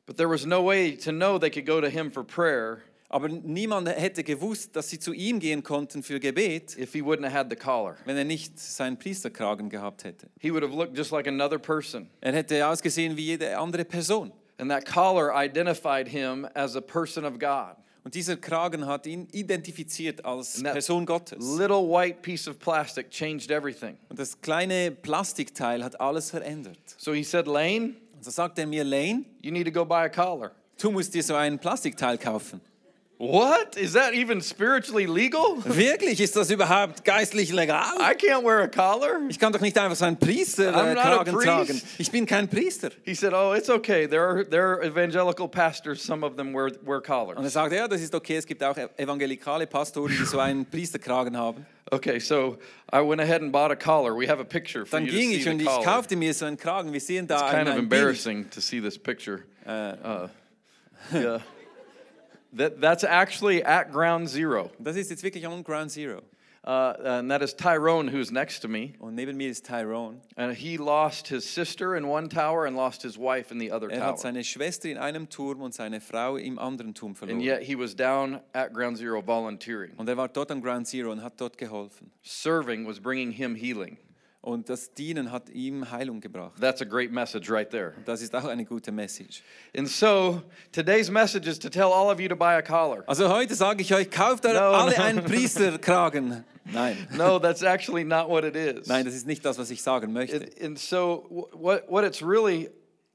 [SPEAKER 2] But there was no way to know they could go to him for prayer
[SPEAKER 3] Aber niemand hätte gewusst, dass sie zu ihm gehen konnten für Gebet,
[SPEAKER 2] if he wouldn't have had the collar.
[SPEAKER 3] wenn er nicht seinen Priesterkragen gehabt hätte.
[SPEAKER 2] He would have looked just like another person.
[SPEAKER 3] Er hätte ausgesehen wie jede andere Person.
[SPEAKER 2] And that collar identified him as a person of God.
[SPEAKER 3] Und dieser Kragen hat ihn identifiziert als
[SPEAKER 2] And that
[SPEAKER 3] Person Gottes.
[SPEAKER 2] little white piece of plastic changed everything.
[SPEAKER 3] Und das kleine Plastikteil hat alles verändert.
[SPEAKER 2] So he said, Lane,
[SPEAKER 3] Und so sagt er mir, Lane,
[SPEAKER 2] you need to go buy a collar.
[SPEAKER 3] du musst dir so ein Plastikteil kaufen.
[SPEAKER 2] What? Is that even spiritually legal?
[SPEAKER 3] Wirklich, ist das überhaupt geistlich legal?
[SPEAKER 2] I can't wear a collar.
[SPEAKER 3] Ich kann doch nicht einfach so einen
[SPEAKER 2] I'm not a
[SPEAKER 3] Priesterkragen
[SPEAKER 2] priest.
[SPEAKER 3] tragen. Ich bin kein Priester.
[SPEAKER 2] He said, "Oh, it's okay. There are there are evangelical pastors. Some of them wear wear
[SPEAKER 3] Und er
[SPEAKER 2] collars."
[SPEAKER 3] sagt, ja, das ist okay, es gibt auch e- evangelikale Pastoren, die so einen Priesterkragen haben.
[SPEAKER 2] Okay, so I went ahead and bought a collar. We have a picture for
[SPEAKER 3] Dann
[SPEAKER 2] you to
[SPEAKER 3] ging
[SPEAKER 2] see
[SPEAKER 3] ich und
[SPEAKER 2] the
[SPEAKER 3] ich
[SPEAKER 2] collar.
[SPEAKER 3] kaufte mir so einen Kragen. Wir sehen da
[SPEAKER 2] It's kind
[SPEAKER 3] ein,
[SPEAKER 2] of
[SPEAKER 3] ein Bild. Äh,
[SPEAKER 2] embarrassing to see this picture. Uh, yeah. That, that's actually at ground zero.
[SPEAKER 3] Das ist jetzt wirklich on Ground Zero.
[SPEAKER 2] Uh, and that is Tyrone, who's next to me.
[SPEAKER 3] Und neben mir ist Tyrone.
[SPEAKER 2] And he lost his sister in one tower and lost his wife in the other
[SPEAKER 3] Er
[SPEAKER 2] tower.
[SPEAKER 3] hat seine Schwester in einem Turm und seine Frau im anderen Turm
[SPEAKER 2] And
[SPEAKER 3] verloren.
[SPEAKER 2] yet he was down at ground zero volunteering.
[SPEAKER 3] Und er war dort am Ground Zero und hat dort geholfen.
[SPEAKER 2] Serving was bringing him healing.
[SPEAKER 3] Und das Dienen hat ihm Heilung gebracht.
[SPEAKER 2] That's a great message right there.
[SPEAKER 3] Das ist auch eine gute Message.
[SPEAKER 2] And so today's message is to tell all of you to buy a collar.
[SPEAKER 3] Also heute sage ich euch, kauft euch
[SPEAKER 2] No,
[SPEAKER 3] alle
[SPEAKER 2] no.
[SPEAKER 3] einen Priesterkragen. Nein,
[SPEAKER 2] No, that's actually not what it is.
[SPEAKER 3] nein, das ist nicht das, was ich sagen möchte.
[SPEAKER 2] It- and so wh- what what it's really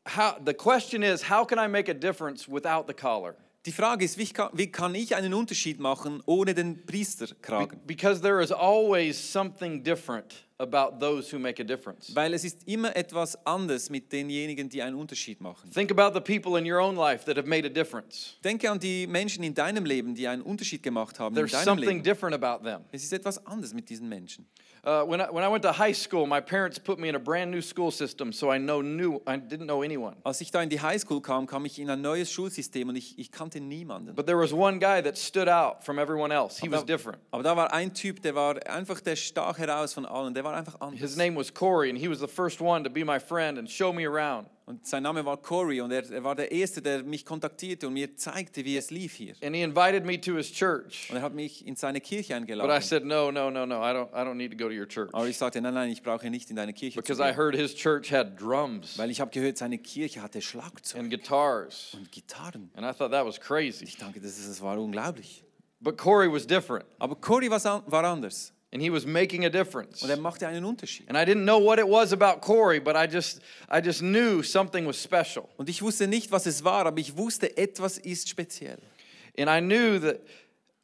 [SPEAKER 2] how the question is how can I make a difference without the collar?
[SPEAKER 3] Die Frage ist, wie kann, wie kann ich einen Unterschied machen ohne den Priesterkragen?
[SPEAKER 2] Because there is always something different about those who make a difference.
[SPEAKER 3] Weil es ist immer etwas anders mit denjenigen, die einen Unterschied machen.
[SPEAKER 2] Think about the people in your own life that have made a difference.
[SPEAKER 3] Denke an die Menschen in deinem Leben, die einen Unterschied gemacht haben in
[SPEAKER 2] There's
[SPEAKER 3] deinem
[SPEAKER 2] something
[SPEAKER 3] Leben.
[SPEAKER 2] different about them.
[SPEAKER 3] Es ist etwas anderes mit diesen Menschen.
[SPEAKER 2] Uh, when, I, when I went to high school, my parents put me in a brand new school system, so I know new I didn't know anyone.
[SPEAKER 3] Als ich da in die Highschool kam, kam ich in ein neues Schulsystem und ich, ich kannte niemanden.
[SPEAKER 2] But there was one guy that stood out from everyone else. He was different.
[SPEAKER 3] Aber da war ein Typ, der war einfach der stach heraus von allen. Der war einfach
[SPEAKER 2] His
[SPEAKER 3] anders.
[SPEAKER 2] name was Corey, and he was the first one to be my friend and show me around.
[SPEAKER 3] Und sein Name war Corey und er, er war der Erste, der mich kontaktierte und mir zeigte, wie es lief hier.
[SPEAKER 2] And he invited me to his church.
[SPEAKER 3] Und er hat mich in seine Kirche
[SPEAKER 2] But I
[SPEAKER 3] eingeladen.
[SPEAKER 2] said, no, no, no, no, I don't, I don't need to go to your church.
[SPEAKER 3] Aber ich sagte, nein, nein, ich brauche nicht in deine Kirche zu
[SPEAKER 2] Because I
[SPEAKER 3] gehen.
[SPEAKER 2] heard his church had drums
[SPEAKER 3] Weil ich habe gehört, seine Kirche hatte Schlagzeug
[SPEAKER 2] and guitars.
[SPEAKER 3] und Gitarren.
[SPEAKER 2] And I thought that was crazy.
[SPEAKER 3] Ich danke, das, ist, das war unglaublich.
[SPEAKER 2] But Corey was different,
[SPEAKER 3] Aber Corey war, an- war anders
[SPEAKER 2] and he was making a difference.
[SPEAKER 3] und er machte einen Unterschied.
[SPEAKER 2] And I didn't know what it was about Corey, but I just, I just knew something was special.
[SPEAKER 3] Und ich wusste nicht, was es war, aber ich wusste, etwas ist speziell.
[SPEAKER 2] And I knew that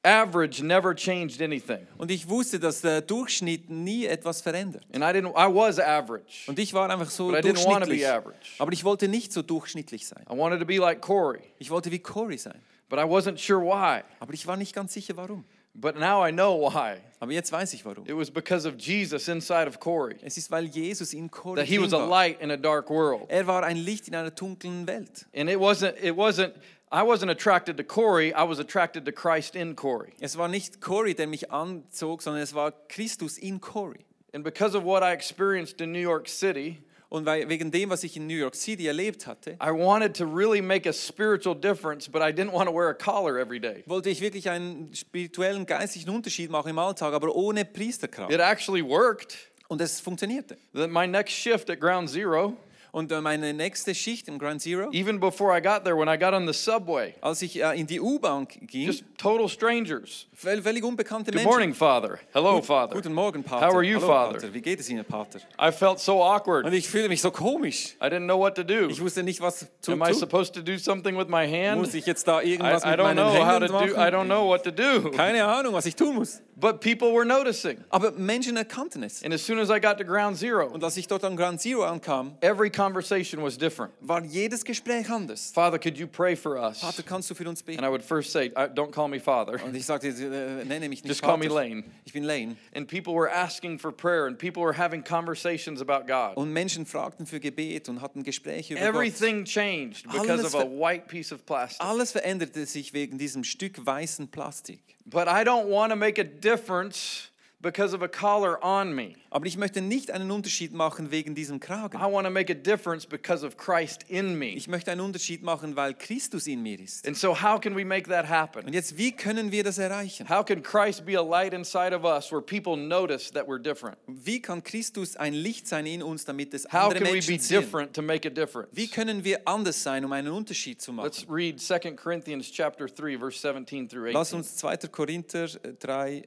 [SPEAKER 2] average never changed anything.
[SPEAKER 3] Und ich wusste, dass der Durchschnitt nie etwas verändert.
[SPEAKER 2] And I didn't, I was average.
[SPEAKER 3] Und ich war einfach so
[SPEAKER 2] But I didn't wanna be
[SPEAKER 3] durchschnittlich.
[SPEAKER 2] average.
[SPEAKER 3] Aber ich wollte nicht so durchschnittlich sein.
[SPEAKER 2] I wanted to be like Corey.
[SPEAKER 3] Ich wollte wie Corey sein.
[SPEAKER 2] but I wasn't sure why.
[SPEAKER 3] Aber ich war nicht ganz sicher, warum.
[SPEAKER 2] But now I know why.
[SPEAKER 3] Aber jetzt weiß ich, warum.
[SPEAKER 2] It was because of Jesus inside of Corey
[SPEAKER 3] Es ist, weil Jesus in Corey
[SPEAKER 2] that he was a
[SPEAKER 3] drin war.
[SPEAKER 2] light in a dark world.
[SPEAKER 3] Er war ein Licht in einer dunklen Welt.
[SPEAKER 2] And it wasn't it wasn't I wasn't attracted to Corey, I was attracted to Christ in Corey.
[SPEAKER 3] Es war nicht Corey, der mich anzog, sondern es war Christus in Corey.
[SPEAKER 2] And because of what I experienced in New York City,
[SPEAKER 3] Und weil, wegen dem, was ich in New York City erlebt hatte,
[SPEAKER 2] I wanted to really make a spiritual difference, but I didn't want to wear a collar every day.
[SPEAKER 3] wollte ich wirklich einen spirituellen, geistlichen Unterschied machen im Alltag, aber ohne Priesterkraft.
[SPEAKER 2] It actually worked.
[SPEAKER 3] Und es funktionierte.
[SPEAKER 2] Then My next shift at Ground Zero,
[SPEAKER 3] Und äh, meine nächste Schicht im Grand Zero,
[SPEAKER 2] even before I got there, when I got on the subway,
[SPEAKER 3] als ich äh, in die U-Bahn ging,
[SPEAKER 2] just total strangers.
[SPEAKER 3] völ- völlig unbekannte
[SPEAKER 2] Good
[SPEAKER 3] Menschen.
[SPEAKER 2] morning, Father. Hello,
[SPEAKER 3] Gut-
[SPEAKER 2] Father.
[SPEAKER 3] Guten Morgen, Pater.
[SPEAKER 2] How are you,
[SPEAKER 3] Hallo,
[SPEAKER 2] Father?
[SPEAKER 3] Pater. Wie geht es Ihnen, Pater?
[SPEAKER 2] I felt so
[SPEAKER 3] Und
[SPEAKER 2] awkward.
[SPEAKER 3] ich fühle mich so komisch.
[SPEAKER 2] I didn't know what to do.
[SPEAKER 3] Ich wusste nicht, was zu
[SPEAKER 2] Am I
[SPEAKER 3] tun.
[SPEAKER 2] supposed to do something with my
[SPEAKER 3] Muss
[SPEAKER 2] hand?
[SPEAKER 3] ich jetzt da irgendwas
[SPEAKER 2] I, I
[SPEAKER 3] mit
[SPEAKER 2] don't
[SPEAKER 3] meinen
[SPEAKER 2] know how to
[SPEAKER 3] Händen
[SPEAKER 2] do. I
[SPEAKER 3] machen?
[SPEAKER 2] don't know what to do.
[SPEAKER 3] Keine Ahnung, was ich tun muss.
[SPEAKER 2] But people were noticing,
[SPEAKER 3] Aber Menschen erkannten es.
[SPEAKER 2] and as soon as I got to Ground Zero,
[SPEAKER 3] Und als ich dort am Grand Zero ankam,
[SPEAKER 2] every conversation was different.
[SPEAKER 3] war jedes Gespräch anders.
[SPEAKER 2] Father, could you pray for us?
[SPEAKER 3] Vater, kannst du für uns
[SPEAKER 2] And
[SPEAKER 3] beten?
[SPEAKER 2] I would first say, "I- "Don't call me Father."
[SPEAKER 3] Und ich sagte, äh, nenne mich nicht
[SPEAKER 2] Just
[SPEAKER 3] Vater.
[SPEAKER 2] call me Lane.
[SPEAKER 3] Ich bin Lane.
[SPEAKER 2] And people were asking for prayer, and people were having conversations about God.
[SPEAKER 3] Und Menschen fragten für Gebet und hatten Gespräche über Gott.
[SPEAKER 2] Everything changed because of
[SPEAKER 3] Alles
[SPEAKER 2] a
[SPEAKER 3] ver-
[SPEAKER 2] white piece of plastic.
[SPEAKER 3] Alles veränderte sich wegen diesem Stück weißen Plastik.
[SPEAKER 2] But I don't want to make a difference because of a collar on me.
[SPEAKER 3] Aber ich möchte nicht einen Unterschied machen wegen diesem Kragen.
[SPEAKER 2] I want to make a difference because of Christ in me.
[SPEAKER 3] Ich möchte einen Unterschied machen, weil Christus in mir ist.
[SPEAKER 2] And so, how can we make that
[SPEAKER 3] Und
[SPEAKER 2] happen?
[SPEAKER 3] jetzt, wie können wir das erreichen?
[SPEAKER 2] How can Christ be a light inside of us where people notice that we're different?
[SPEAKER 3] Wie kann Christus ein Licht sein in uns, damit es
[SPEAKER 2] How
[SPEAKER 3] andere
[SPEAKER 2] can we
[SPEAKER 3] Menschen
[SPEAKER 2] be
[SPEAKER 3] sehen?
[SPEAKER 2] different to make a difference?
[SPEAKER 3] Wie können wir anders sein, um einen Unterschied zu machen?
[SPEAKER 2] Let's read 2 Corinthians chapter 3 verse 17 through 18.
[SPEAKER 3] Lass uns 2. Korinther äh, 3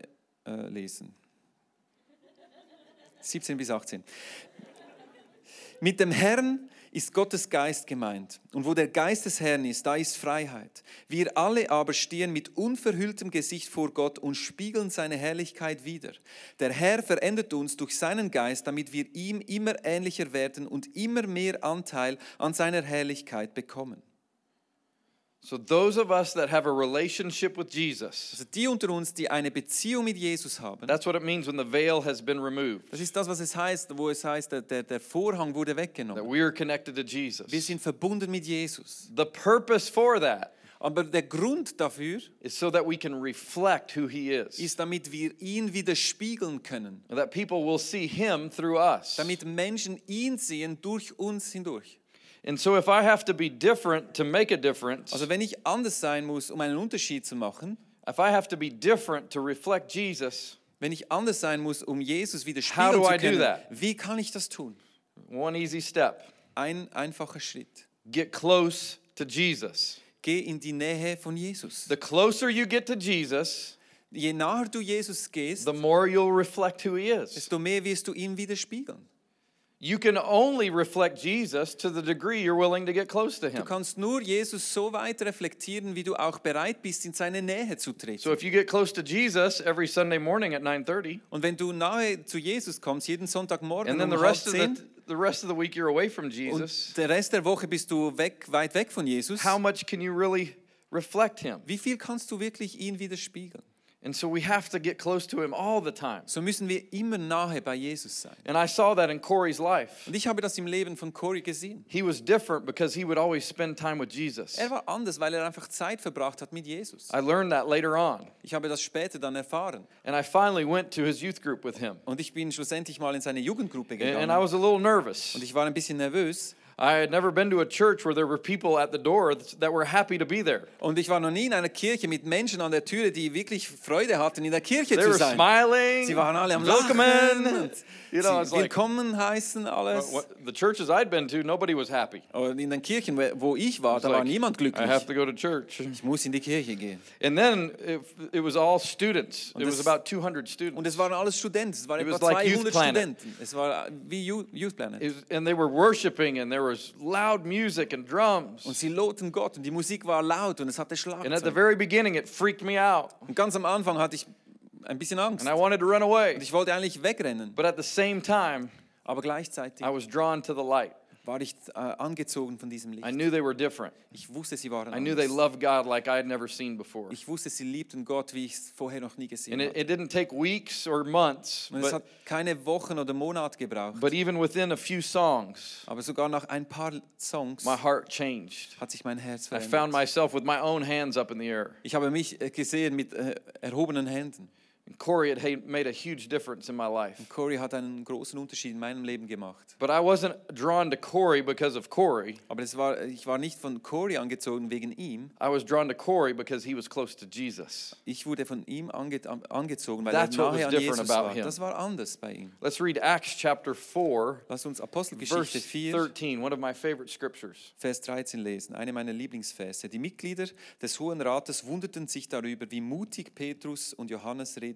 [SPEAKER 3] äh, lesen. 17 bis 18. Mit dem Herrn ist Gottes Geist gemeint. Und wo der Geist des Herrn ist, da ist Freiheit. Wir alle aber stehen mit unverhülltem Gesicht vor Gott und spiegeln seine Herrlichkeit wider. Der Herr verändert uns durch seinen Geist, damit wir ihm immer ähnlicher werden und immer mehr Anteil an seiner Herrlichkeit bekommen.
[SPEAKER 2] So those of us that have a relationship with Jesus,
[SPEAKER 3] Also die unter uns, die eine Beziehung mit Jesus haben,
[SPEAKER 2] that's what it means when the veil has been removed.
[SPEAKER 3] Das ist das, was es heißt, wo es heißt, der, der, der Vorhang wurde
[SPEAKER 2] That
[SPEAKER 3] weggenommen.
[SPEAKER 2] we are connected to
[SPEAKER 3] Wir
[SPEAKER 2] Jesus.
[SPEAKER 3] sind verbunden mit Jesus.
[SPEAKER 2] The purpose for that
[SPEAKER 3] Aber der Grund dafür
[SPEAKER 2] is so that we can reflect who he is.
[SPEAKER 3] ist, damit wir ihn widerspiegeln können.
[SPEAKER 2] That people will see him through us.
[SPEAKER 3] Damit Menschen ihn sehen durch uns hindurch.
[SPEAKER 2] And so if I have to be different to make a difference,
[SPEAKER 3] Also wenn ich anders sein muss, um einen Unterschied zu machen,
[SPEAKER 2] if I have to be different to reflect Jesus,
[SPEAKER 3] wenn ich anders sein muss, um Jesus
[SPEAKER 2] How
[SPEAKER 3] widerspiegeln
[SPEAKER 2] do I
[SPEAKER 3] zu
[SPEAKER 2] do
[SPEAKER 3] können,
[SPEAKER 2] that?
[SPEAKER 3] wie kann ich das tun?
[SPEAKER 2] one easy step,
[SPEAKER 3] Ein einfacher Schritt.
[SPEAKER 2] get close to Jesus.
[SPEAKER 3] Geh in die Nähe von Jesus.
[SPEAKER 2] The closer you get to Jesus,
[SPEAKER 3] Je naher du Jesus gehst,
[SPEAKER 2] the more you'll reflect who he is.
[SPEAKER 3] desto mehr wirst du ihn widerspiegeln.
[SPEAKER 2] You can only reflect Jesus to the degree you're willing to get close to him.
[SPEAKER 3] Du kannst nur Jesus so weit reflektieren, wie du auch bereit bist, in seine Nähe zu
[SPEAKER 2] So
[SPEAKER 3] treten.
[SPEAKER 2] if you get close to Jesus every Sunday morning at 9:30,
[SPEAKER 3] Und wenn du nahe zu Jesus kommst, jeden Sonntagmorgen
[SPEAKER 2] and then
[SPEAKER 3] um
[SPEAKER 2] the Oh,
[SPEAKER 3] halb
[SPEAKER 2] rest of the
[SPEAKER 3] zehn,
[SPEAKER 2] the rest of the week you're away from Jesus,
[SPEAKER 3] und der Rest der Woche bist du weg, weit weg von Jesus,
[SPEAKER 2] how much can you really reflect him?
[SPEAKER 3] wie viel kannst du wirklich ihn widerspiegeln?
[SPEAKER 2] And so we have to get close to him all the time.
[SPEAKER 3] So müssen wir immer nahe bei Jesus sein.
[SPEAKER 2] And I saw that in Corey's life.
[SPEAKER 3] Und ich habe das im Leben von Corey gesehen.
[SPEAKER 2] He was different because he would always spend time with Jesus.
[SPEAKER 3] Er war anders, weil er einfach Zeit verbracht hat mit Jesus.
[SPEAKER 2] I learned that later on.
[SPEAKER 3] Ich habe das später dann erfahren.
[SPEAKER 2] And I finally went to his youth group with him.
[SPEAKER 3] Und ich bin schlussendlich mal in seine Jugendgruppe
[SPEAKER 2] And, and I
[SPEAKER 3] gegangen.
[SPEAKER 2] was a little nervous.
[SPEAKER 3] Und ich war ein bisschen nervös.
[SPEAKER 2] I had never been to a church where there were people at the door th- that were happy to be there.
[SPEAKER 3] Und ich war noch nie in einer Kirche mit Menschen an der Türe, die wirklich Freude hatten, in der Kirche
[SPEAKER 2] They
[SPEAKER 3] zu
[SPEAKER 2] were
[SPEAKER 3] sein.
[SPEAKER 2] smiling.
[SPEAKER 3] Sie waren alle am Lachen.
[SPEAKER 2] Willkommen.
[SPEAKER 3] und
[SPEAKER 2] You know, I was
[SPEAKER 3] Sie
[SPEAKER 2] like,
[SPEAKER 3] willkommen heißen alles.
[SPEAKER 2] what, the churches I'd been to, nobody was happy.
[SPEAKER 3] Aber in den Kirchen, wo- wo ich war, da
[SPEAKER 2] Like,
[SPEAKER 3] war niemand
[SPEAKER 2] I have
[SPEAKER 3] glücklich.
[SPEAKER 2] to go to church.
[SPEAKER 3] Ich muss in die Kirche gehen.
[SPEAKER 2] And then it, it was all students. It was
[SPEAKER 3] das-
[SPEAKER 2] about 200
[SPEAKER 3] Und
[SPEAKER 2] students.
[SPEAKER 3] es waren alles Studenten. Es waren
[SPEAKER 2] It
[SPEAKER 3] etwa
[SPEAKER 2] was like Youth
[SPEAKER 3] 200
[SPEAKER 2] Planet.
[SPEAKER 3] Studenten. Es war wie Ju- Youth Planet.
[SPEAKER 2] It was- and they were worshiping, and there was loud music and drums.
[SPEAKER 3] Und sie lobten Gott und die Musik war laut und es
[SPEAKER 2] And
[SPEAKER 3] hatte
[SPEAKER 2] at the
[SPEAKER 3] Schlagzeug.
[SPEAKER 2] very beginning, it freaked me out,
[SPEAKER 3] Und ganz am Anfang hatte ich ein bisschen Angst.
[SPEAKER 2] and I wanted to run away.
[SPEAKER 3] Ich wollte eigentlich wegrennen,
[SPEAKER 2] But at the same time,
[SPEAKER 3] aber gleichzeitig
[SPEAKER 2] I was drawn to the light.
[SPEAKER 3] war ich äh, angezogen von diesem
[SPEAKER 2] I
[SPEAKER 3] Licht.
[SPEAKER 2] knew they were different.
[SPEAKER 3] Ich wusste, sie waren
[SPEAKER 2] I knew they
[SPEAKER 3] anders.
[SPEAKER 2] loved God like I had never seen before.
[SPEAKER 3] Ich wusste, sie liebten Gott, wie ich es vorher noch nie
[SPEAKER 2] And
[SPEAKER 3] gesehen
[SPEAKER 2] it,
[SPEAKER 3] habe.
[SPEAKER 2] it didn't take weeks or months,
[SPEAKER 3] Und es
[SPEAKER 2] but,
[SPEAKER 3] hat keine Wochen oder Monate gebraucht.
[SPEAKER 2] but even within a few songs,
[SPEAKER 3] Aber sogar nach ein paar Songs
[SPEAKER 2] my heart changed.
[SPEAKER 3] hat sich mein Herz
[SPEAKER 2] I found
[SPEAKER 3] verändert.
[SPEAKER 2] myself with my own hands up in the air.
[SPEAKER 3] Ich habe mich äh, gesehen mit äh, erhobenen Händen.
[SPEAKER 2] And Corey had ha- made a huge difference in my life.
[SPEAKER 3] Corey hat einen großen Unterschied in meinem Leben gemacht.
[SPEAKER 2] But I wasn't drawn to Corey because of Corey.
[SPEAKER 3] Aber es war, ich war nicht von Corey angezogen wegen ihm.
[SPEAKER 2] I was drawn to Corey because he was close to Jesus.
[SPEAKER 3] Ich wurde von ihm ange, an- angezogen, weil
[SPEAKER 2] That's
[SPEAKER 3] er
[SPEAKER 2] what
[SPEAKER 3] nahe
[SPEAKER 2] was
[SPEAKER 3] an
[SPEAKER 2] different
[SPEAKER 3] Jesus
[SPEAKER 2] about
[SPEAKER 3] war.
[SPEAKER 2] him.
[SPEAKER 3] Das war anders bei ihm.
[SPEAKER 2] Let's read Acts chapter 4,
[SPEAKER 3] Lass uns
[SPEAKER 2] verse
[SPEAKER 3] Apostelgeschichte 4,
[SPEAKER 2] 13, one of my favorite scriptures.
[SPEAKER 3] Vers 13 lesen, eine meiner Lieblingsverse. Die Mitglieder des Hohen Rates wunderten sich darüber, wie mutig Petrus und Johannes redeten.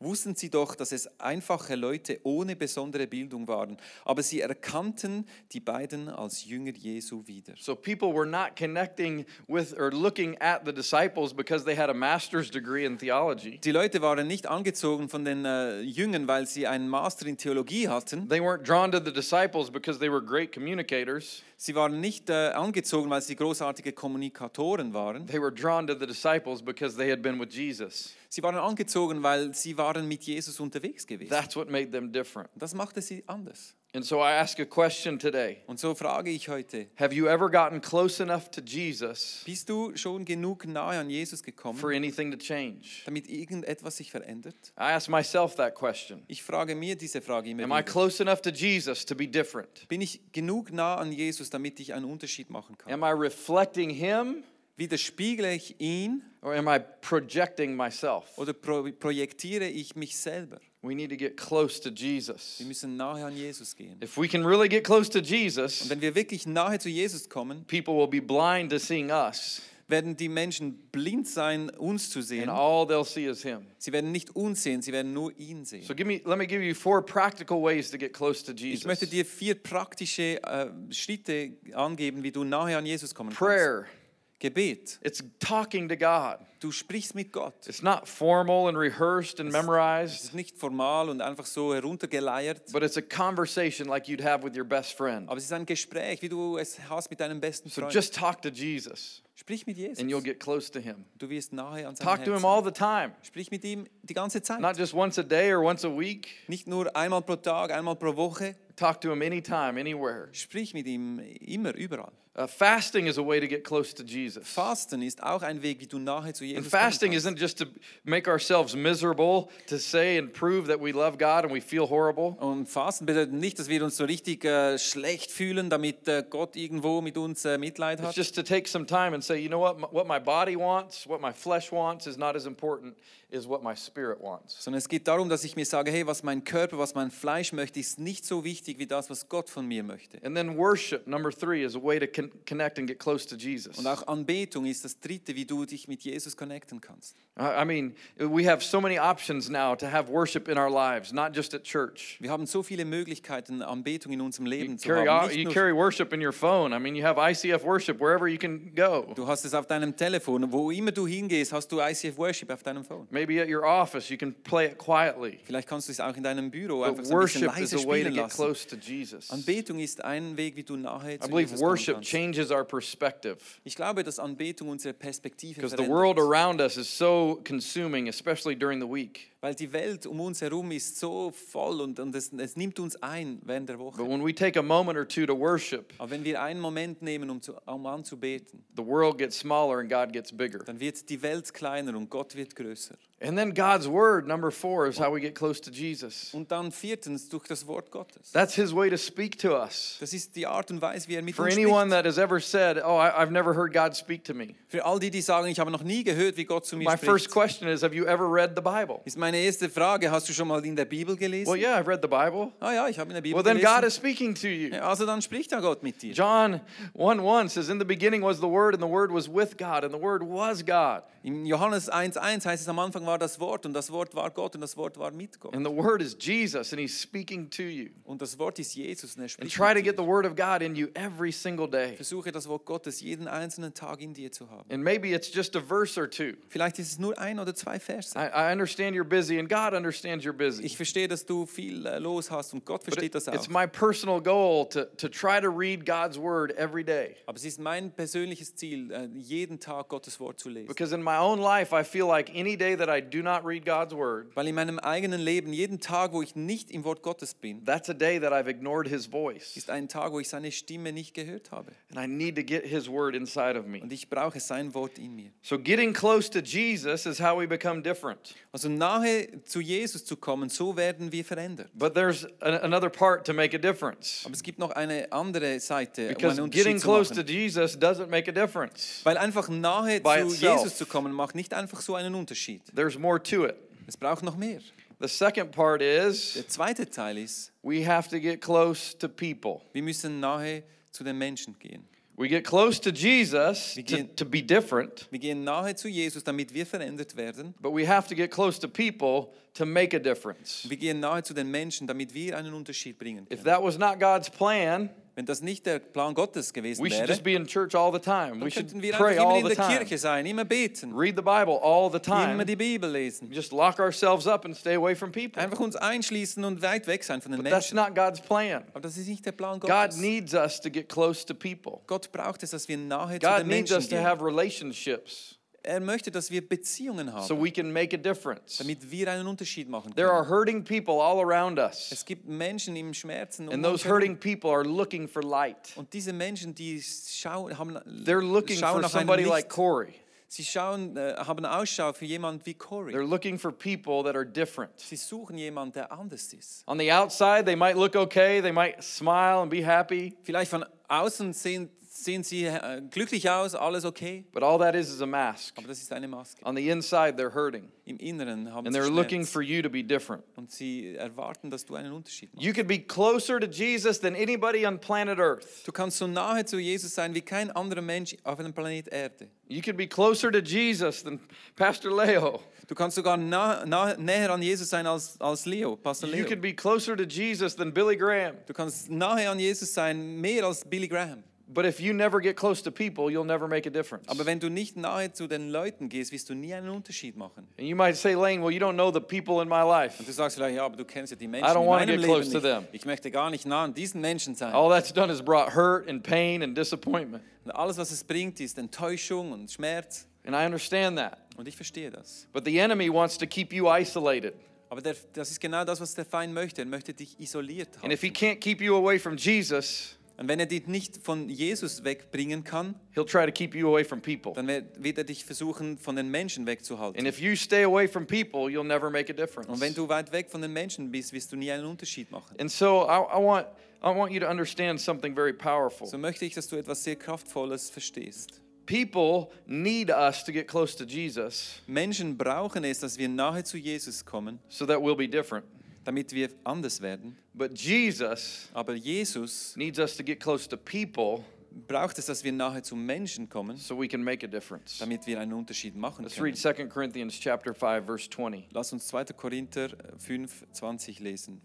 [SPEAKER 3] Wussten sie doch, dass es einfache Leute ohne besondere Bildung waren, aber sie erkannten die beiden als Jünger Jesu wieder.
[SPEAKER 2] So people were not connecting with or looking at the disciples because they had a master's degree in theology.
[SPEAKER 3] Die Leute waren nicht angezogen von den äh, Jüngern, weil sie einen Master in Theologie hatten.
[SPEAKER 2] They weren't drawn to the disciples because they were great communicators.
[SPEAKER 3] Sie waren nicht äh, angezogen, weil sie großartige Kommunikatoren waren.
[SPEAKER 2] They were drawn to the disciples because they had been with Jesus.
[SPEAKER 3] Sie waren angezogen, weil sie waren mit Jesus unterwegs gewesen.
[SPEAKER 2] That's what made them different.
[SPEAKER 3] Das machte sie anders.
[SPEAKER 2] And so I ask a question today.
[SPEAKER 3] Und so frage ich heute,
[SPEAKER 2] Have you ever gotten close enough to Jesus
[SPEAKER 3] bist du schon genug nahe an Jesus
[SPEAKER 2] for
[SPEAKER 3] gekommen,
[SPEAKER 2] anything to change?
[SPEAKER 3] damit irgendetwas sich verändert?
[SPEAKER 2] I ask myself that question.
[SPEAKER 3] Ich frage mir diese Frage immer
[SPEAKER 2] Am I
[SPEAKER 3] wieder.
[SPEAKER 2] close enough to Jesus to be different?
[SPEAKER 3] Bin ich genug nah an Jesus, damit ich einen Unterschied machen kann?
[SPEAKER 2] Am I reflecting Him
[SPEAKER 3] Widerspiegle ich ihn
[SPEAKER 2] or am I projecting myself?
[SPEAKER 3] oder pro projektiere ich mich selber?
[SPEAKER 2] We need to get close to Jesus.
[SPEAKER 3] Wir müssen nahe an Jesus gehen.
[SPEAKER 2] If we can really get close to
[SPEAKER 3] Und
[SPEAKER 2] Jesus,
[SPEAKER 3] wenn wir wirklich nahe zu Jesus kommen,
[SPEAKER 2] people will be blind to seeing us,
[SPEAKER 3] werden die Menschen blind sein, uns zu
[SPEAKER 2] and
[SPEAKER 3] sehen.
[SPEAKER 2] all they'll see is Him.
[SPEAKER 3] Sie werden nicht uns sehen, sie werden nur ihn sehen.
[SPEAKER 2] So give me, let me give you four practical ways to get close to
[SPEAKER 3] Ich möchte
[SPEAKER 2] Jesus.
[SPEAKER 3] dir vier praktische äh, Schritte angeben, wie du nahe an Jesus kommen
[SPEAKER 2] Prayer.
[SPEAKER 3] kannst. Gebet.
[SPEAKER 2] It's talking to God.
[SPEAKER 3] Du sprichst mit Gott.
[SPEAKER 2] It's not formal and rehearsed and
[SPEAKER 3] Es
[SPEAKER 2] memorized,
[SPEAKER 3] ist nicht formal und einfach so heruntergeleiert,
[SPEAKER 2] but it's a conversation like you'd have with your best friend.
[SPEAKER 3] aber es ist ein Gespräch, wie du es hast mit deinem besten
[SPEAKER 2] So
[SPEAKER 3] Freund.
[SPEAKER 2] just talk to Jesus,
[SPEAKER 3] Sprich mit Jesus.
[SPEAKER 2] and you'll get close to Him.
[SPEAKER 3] Du wirst nahe an seinem
[SPEAKER 2] Talk to
[SPEAKER 3] Herzen.
[SPEAKER 2] Him all the time,
[SPEAKER 3] Sprich mit ihm die ganze Zeit.
[SPEAKER 2] not just once a day or once a week.
[SPEAKER 3] nicht nur einmal pro Tag, einmal pro Woche.
[SPEAKER 2] Talk to Him anytime, anywhere.
[SPEAKER 3] Sprich mit ihm immer, überall.
[SPEAKER 2] Uh, fasting is a way to get close to Jesus.
[SPEAKER 3] Fasten ist auch ein Weg, wie du nahe zu
[SPEAKER 2] And
[SPEAKER 3] Jesus
[SPEAKER 2] fasting
[SPEAKER 3] kommen kannst.
[SPEAKER 2] isn't just to make ourselves miserable, to say and prove that we love God and we feel horrible.
[SPEAKER 3] Und Fasten bedeutet nicht, dass wir uns so richtig äh, schlecht fühlen, damit äh, Gott irgendwo mit uns äh, Mitleid
[SPEAKER 2] It's
[SPEAKER 3] hat.
[SPEAKER 2] just to take some time and say, you know what, M- what my body wants, what my flesh wants is not as important as what my spirit wants.
[SPEAKER 3] Sondern es geht darum, dass ich mir sage, hey, was mein Körper, was mein Fleisch möchte, ist nicht so wichtig wie das, was Gott von mir möchte.
[SPEAKER 2] And then worship, number three, is a way to con- connect and get close to Jesus.
[SPEAKER 3] Und auch Anbetung ist das Dritte, wie du dich mit Jesus connecten kannst.
[SPEAKER 2] I I mean, we have so many options now to have worship in our lives, not just at church.
[SPEAKER 3] Wir haben so viele Möglichkeiten, Anbetung in unserem Leben
[SPEAKER 2] You
[SPEAKER 3] zu
[SPEAKER 2] carry,
[SPEAKER 3] haben.
[SPEAKER 2] o-
[SPEAKER 3] Nicht
[SPEAKER 2] you
[SPEAKER 3] nur-
[SPEAKER 2] carry worship in your phone. I mean, you have ICF worship wherever you can go.
[SPEAKER 3] du hast es auf deinem Telefon. Wo immer du hingehst, hast du ICF Worship auf deinem Phone.
[SPEAKER 2] Maybe at your office, you can play it quietly.
[SPEAKER 3] Vielleicht kannst du es auch in deinem Büro
[SPEAKER 2] But
[SPEAKER 3] einfach so ein bisschen
[SPEAKER 2] worship is
[SPEAKER 3] leise
[SPEAKER 2] a way to
[SPEAKER 3] spielen
[SPEAKER 2] get
[SPEAKER 3] lassen.
[SPEAKER 2] close to Jesus.
[SPEAKER 3] Anbetung ist ein Weg, wie du nahe
[SPEAKER 2] I
[SPEAKER 3] zu
[SPEAKER 2] believe
[SPEAKER 3] Jesus kommen
[SPEAKER 2] worship
[SPEAKER 3] kannst.
[SPEAKER 2] changes our perspective
[SPEAKER 3] Ich glaube, dass Anbetung unsere Perspektive
[SPEAKER 2] because the
[SPEAKER 3] verändert,
[SPEAKER 2] world around us is so consuming, especially during the week.
[SPEAKER 3] weil die Welt um uns herum ist so voll und, und es, es nimmt uns ein während der
[SPEAKER 2] But
[SPEAKER 3] Woche.
[SPEAKER 2] when we take a moment or two to worship,
[SPEAKER 3] Aber wenn wir einen Moment nehmen, um, zu, um anzubeten,
[SPEAKER 2] the world gets smaller and God gets bigger.
[SPEAKER 3] dann wird die Welt kleiner und Gott wird größer.
[SPEAKER 2] And then God's word, number four, is how we get close to Jesus.
[SPEAKER 3] Und dann viertens durch das Wort Gottes.
[SPEAKER 2] That's His way to speak to us.
[SPEAKER 3] Das ist die Art und Weise, wie er mit
[SPEAKER 2] For
[SPEAKER 3] uns
[SPEAKER 2] anyone
[SPEAKER 3] spricht.
[SPEAKER 2] that has ever said, "Oh, I, I've never heard God speak to me,"
[SPEAKER 3] Für all die, die sagen, ich habe noch nie gehört, wie Gott zu mir
[SPEAKER 2] my first
[SPEAKER 3] spricht,
[SPEAKER 2] question is, "Have you ever read the Bible?"
[SPEAKER 3] ist meine erste Frage, hast du schon mal in der Bibel gelesen?
[SPEAKER 2] Well, yeah, I've read the Bible.
[SPEAKER 3] Ah ja, ich habe in der Bibel
[SPEAKER 2] Well, then God
[SPEAKER 3] gelesen.
[SPEAKER 2] is speaking to you.
[SPEAKER 3] Ja, also dann spricht ja Gott mit dir.
[SPEAKER 2] John 1 1 says, In the beginning was the Word, and the Word was with God, and the Word was God.
[SPEAKER 3] In Johannes 1,1 heißt es, am Anfang war das Wort und das Wort war Gott und das Wort war mit Gott.
[SPEAKER 2] And the Word is Jesus, and He's speaking to you.
[SPEAKER 3] Und das Wort ist Jesus und er
[SPEAKER 2] And
[SPEAKER 3] spricht.
[SPEAKER 2] try to
[SPEAKER 3] Mit dir.
[SPEAKER 2] get the Word of God in you every single day.
[SPEAKER 3] Versuche das Wort Gottes jeden einzelnen Tag in dir zu haben.
[SPEAKER 2] And maybe it's just a verse or two.
[SPEAKER 3] Vielleicht ist es nur ein oder zwei Verse.
[SPEAKER 2] I, I understand you're busy, and God understands you're busy.
[SPEAKER 3] Ich verstehe, dass du viel äh, los hast und Gott
[SPEAKER 2] But
[SPEAKER 3] versteht
[SPEAKER 2] it-
[SPEAKER 3] das auch.
[SPEAKER 2] it's my personal goal to, to try to read God's Word every day.
[SPEAKER 3] Aber es ist mein persönliches Ziel, äh, jeden Tag Gottes Wort zu lesen.
[SPEAKER 2] Because in my own life, I feel like any day that I do not read God's Word,
[SPEAKER 3] Weil in meinem eigenen Leben, jeden Tag, wo ich nicht im Wort Gottes bin,
[SPEAKER 2] that's a day that I've ignored His voice.
[SPEAKER 3] ist ein Tag, wo ich seine Stimme nicht gehört habe.
[SPEAKER 2] And I need to get his word inside of me.
[SPEAKER 3] Und ich brauche sein Wort in mir.
[SPEAKER 2] So getting close to Jesus is how we become different.
[SPEAKER 3] Also nahe zu Jesus zu kommen, so werden wir verändert.
[SPEAKER 2] But there's a, another part to make a difference.
[SPEAKER 3] Aber es gibt noch eine andere Seite, um
[SPEAKER 2] Because
[SPEAKER 3] einen
[SPEAKER 2] getting
[SPEAKER 3] Unterschied zu
[SPEAKER 2] close to
[SPEAKER 3] machen.
[SPEAKER 2] Jesus doesn't make a difference.
[SPEAKER 3] Weil einfach nahe
[SPEAKER 2] by
[SPEAKER 3] zu
[SPEAKER 2] itself.
[SPEAKER 3] Jesus zu kommen, macht nicht einfach so einen Unterschied.
[SPEAKER 2] There's more to it.
[SPEAKER 3] Es braucht noch mehr.
[SPEAKER 2] The second part is
[SPEAKER 3] Der zweite Teil ist,
[SPEAKER 2] we have to get close to people.
[SPEAKER 3] wir müssen nahe zu den Menschen gehen.
[SPEAKER 2] We get close to Jesus
[SPEAKER 3] Wir
[SPEAKER 2] to,
[SPEAKER 3] gehen-
[SPEAKER 2] to be different,
[SPEAKER 3] Wir gehen nahe zu Jesus, damit wir verändert werden.
[SPEAKER 2] but we have to get close to people to make a difference.
[SPEAKER 3] Wir gehen nahe zu den Menschen, damit wir einen Unterschied bringen
[SPEAKER 2] If
[SPEAKER 3] können.
[SPEAKER 2] that was not God's plan,
[SPEAKER 3] Wenn das nicht der Plan Gottes gewesen
[SPEAKER 2] we should
[SPEAKER 3] wäre,
[SPEAKER 2] just be in church all the time. We
[SPEAKER 3] dann
[SPEAKER 2] should
[SPEAKER 3] könnten wir
[SPEAKER 2] pray
[SPEAKER 3] einfach immer
[SPEAKER 2] all
[SPEAKER 3] in
[SPEAKER 2] the
[SPEAKER 3] der
[SPEAKER 2] time.
[SPEAKER 3] Kirche sein, immer beten,
[SPEAKER 2] Read the Bible all the
[SPEAKER 3] immer
[SPEAKER 2] time.
[SPEAKER 3] die Bibel lesen.
[SPEAKER 2] Just lock ourselves up and stay away from people.
[SPEAKER 3] Einfach uns einschließen und weit weg sein von den
[SPEAKER 2] That's
[SPEAKER 3] Menschen.
[SPEAKER 2] not God's plan.
[SPEAKER 3] Aber das ist nicht der Plan
[SPEAKER 2] God
[SPEAKER 3] Gottes.
[SPEAKER 2] needs us to get close to people.
[SPEAKER 3] Gott braucht es, dass wir nahe zu
[SPEAKER 2] God
[SPEAKER 3] den
[SPEAKER 2] needs us
[SPEAKER 3] Menschen
[SPEAKER 2] to
[SPEAKER 3] gehen.
[SPEAKER 2] have relationships
[SPEAKER 3] Er möchte, dass wir Beziehungen haben,
[SPEAKER 2] so we can make a difference.
[SPEAKER 3] damit wir einen Unterschied machen
[SPEAKER 2] There are
[SPEAKER 3] können.
[SPEAKER 2] hurting people all around us,
[SPEAKER 3] Es gibt Menschen im Schmerzen
[SPEAKER 2] and
[SPEAKER 3] und
[SPEAKER 2] those hurting people are looking for light.
[SPEAKER 3] Und diese Menschen, die schauen, haben,
[SPEAKER 2] They're looking
[SPEAKER 3] schauen
[SPEAKER 2] for
[SPEAKER 3] nach einem
[SPEAKER 2] somebody
[SPEAKER 3] Licht.
[SPEAKER 2] like Corey.
[SPEAKER 3] Sie schauen, äh, haben Ausschau für jemanden wie Corey.
[SPEAKER 2] They're looking for people that are different.
[SPEAKER 3] Sie suchen jemanden, der anders ist.
[SPEAKER 2] On the outside, they might look okay, they might smile and be happy,
[SPEAKER 3] Vielleicht von außen sehen, sehen sie äh, glücklich aus, alles okay,
[SPEAKER 2] but all that is is a mask.
[SPEAKER 3] aber das ist eine Maske.
[SPEAKER 2] On the inside, they're hurting,
[SPEAKER 3] Im Inneren haben
[SPEAKER 2] and
[SPEAKER 3] sie
[SPEAKER 2] they're looking
[SPEAKER 3] Schmerz.
[SPEAKER 2] for you to be different.
[SPEAKER 3] Und sie erwarten, dass du einen Unterschied machst.
[SPEAKER 2] You could be closer to Jesus than anybody on planet Earth.
[SPEAKER 3] Du kannst so nahe zu Jesus sein wie kein anderer Mensch auf dem Planet Erde.
[SPEAKER 2] You could be closer to Jesus than Pastor Leo.
[SPEAKER 3] Du kannst sogar nah, nah, näher an Jesus sein als, als Leo, Pastor
[SPEAKER 2] You
[SPEAKER 3] Leo.
[SPEAKER 2] could be closer to Jesus than Billy Graham.
[SPEAKER 3] Du kannst nahe an Jesus sein, mehr als Billy Graham.
[SPEAKER 2] But if you never get close to people, you'll never make a difference.
[SPEAKER 3] Aber wenn du nicht nahe zu den Leuten gehst, wirst du nie einen Unterschied machen.
[SPEAKER 2] And you might say, Lane, well, you don't know the people in my
[SPEAKER 3] Du
[SPEAKER 2] life.
[SPEAKER 3] sagst vielleicht, ja, aber du kennst ja die Menschen
[SPEAKER 2] I don't
[SPEAKER 3] in
[SPEAKER 2] wanna
[SPEAKER 3] meinem
[SPEAKER 2] get
[SPEAKER 3] Leben
[SPEAKER 2] close to
[SPEAKER 3] nicht.
[SPEAKER 2] them.
[SPEAKER 3] Ich möchte gar nicht nah an diesen Menschen sein.
[SPEAKER 2] All that's done is brought hurt and pain and disappointment.
[SPEAKER 3] Und alles, was es bringt, ist Enttäuschung und Schmerz.
[SPEAKER 2] And I understand that.
[SPEAKER 3] Und ich verstehe das.
[SPEAKER 2] But the enemy wants to keep you isolated.
[SPEAKER 3] Aber der, das ist genau das, was der Feind möchte. Er möchte dich isoliert
[SPEAKER 2] And
[SPEAKER 3] haben.
[SPEAKER 2] if he can't keep you away from Jesus,
[SPEAKER 3] Und wenn er dich nicht von Jesus wegbringen kann,
[SPEAKER 2] he'll try to keep you away from people.
[SPEAKER 3] dann wird wird er dich versuchen, von den Menschen wegzuhalten.
[SPEAKER 2] And if you stay away from people, you'll never make a
[SPEAKER 3] Und
[SPEAKER 2] difference.
[SPEAKER 3] wenn du weit weg von den Menschen bist, wirst du nie einen Unterschied machen.
[SPEAKER 2] And so I, I want I want you to understand something very powerful.
[SPEAKER 3] So möchte ich, dass du etwas sehr Kraftvolles verstehst.
[SPEAKER 2] People need us to get close to Jesus
[SPEAKER 3] Menschen brauchen es, dass wir nahe zu Jesus kommen,
[SPEAKER 2] so that we'll be different.
[SPEAKER 3] damit wir anders werden.
[SPEAKER 2] But Jesus
[SPEAKER 3] Aber Jesus
[SPEAKER 2] needs us to get close to people
[SPEAKER 3] braucht es, dass wir nahe zu Menschen kommen,
[SPEAKER 2] so we can make a difference.
[SPEAKER 3] damit wir einen Unterschied machen
[SPEAKER 2] Let's read
[SPEAKER 3] können.
[SPEAKER 2] 2 Corinthians chapter 5 verse 20.
[SPEAKER 3] Lass uns 2. Korinther 5, 20 lesen.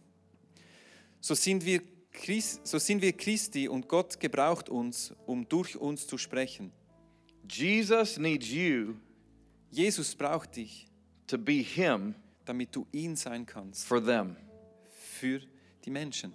[SPEAKER 3] So sind, wir Christ, so sind wir Christi und Gott gebraucht uns, um durch uns zu sprechen.
[SPEAKER 2] Jesus needs you
[SPEAKER 3] Jesus braucht dich,
[SPEAKER 2] to be him
[SPEAKER 3] damit du ihn sein kannst
[SPEAKER 2] for them.
[SPEAKER 3] für die Menschen.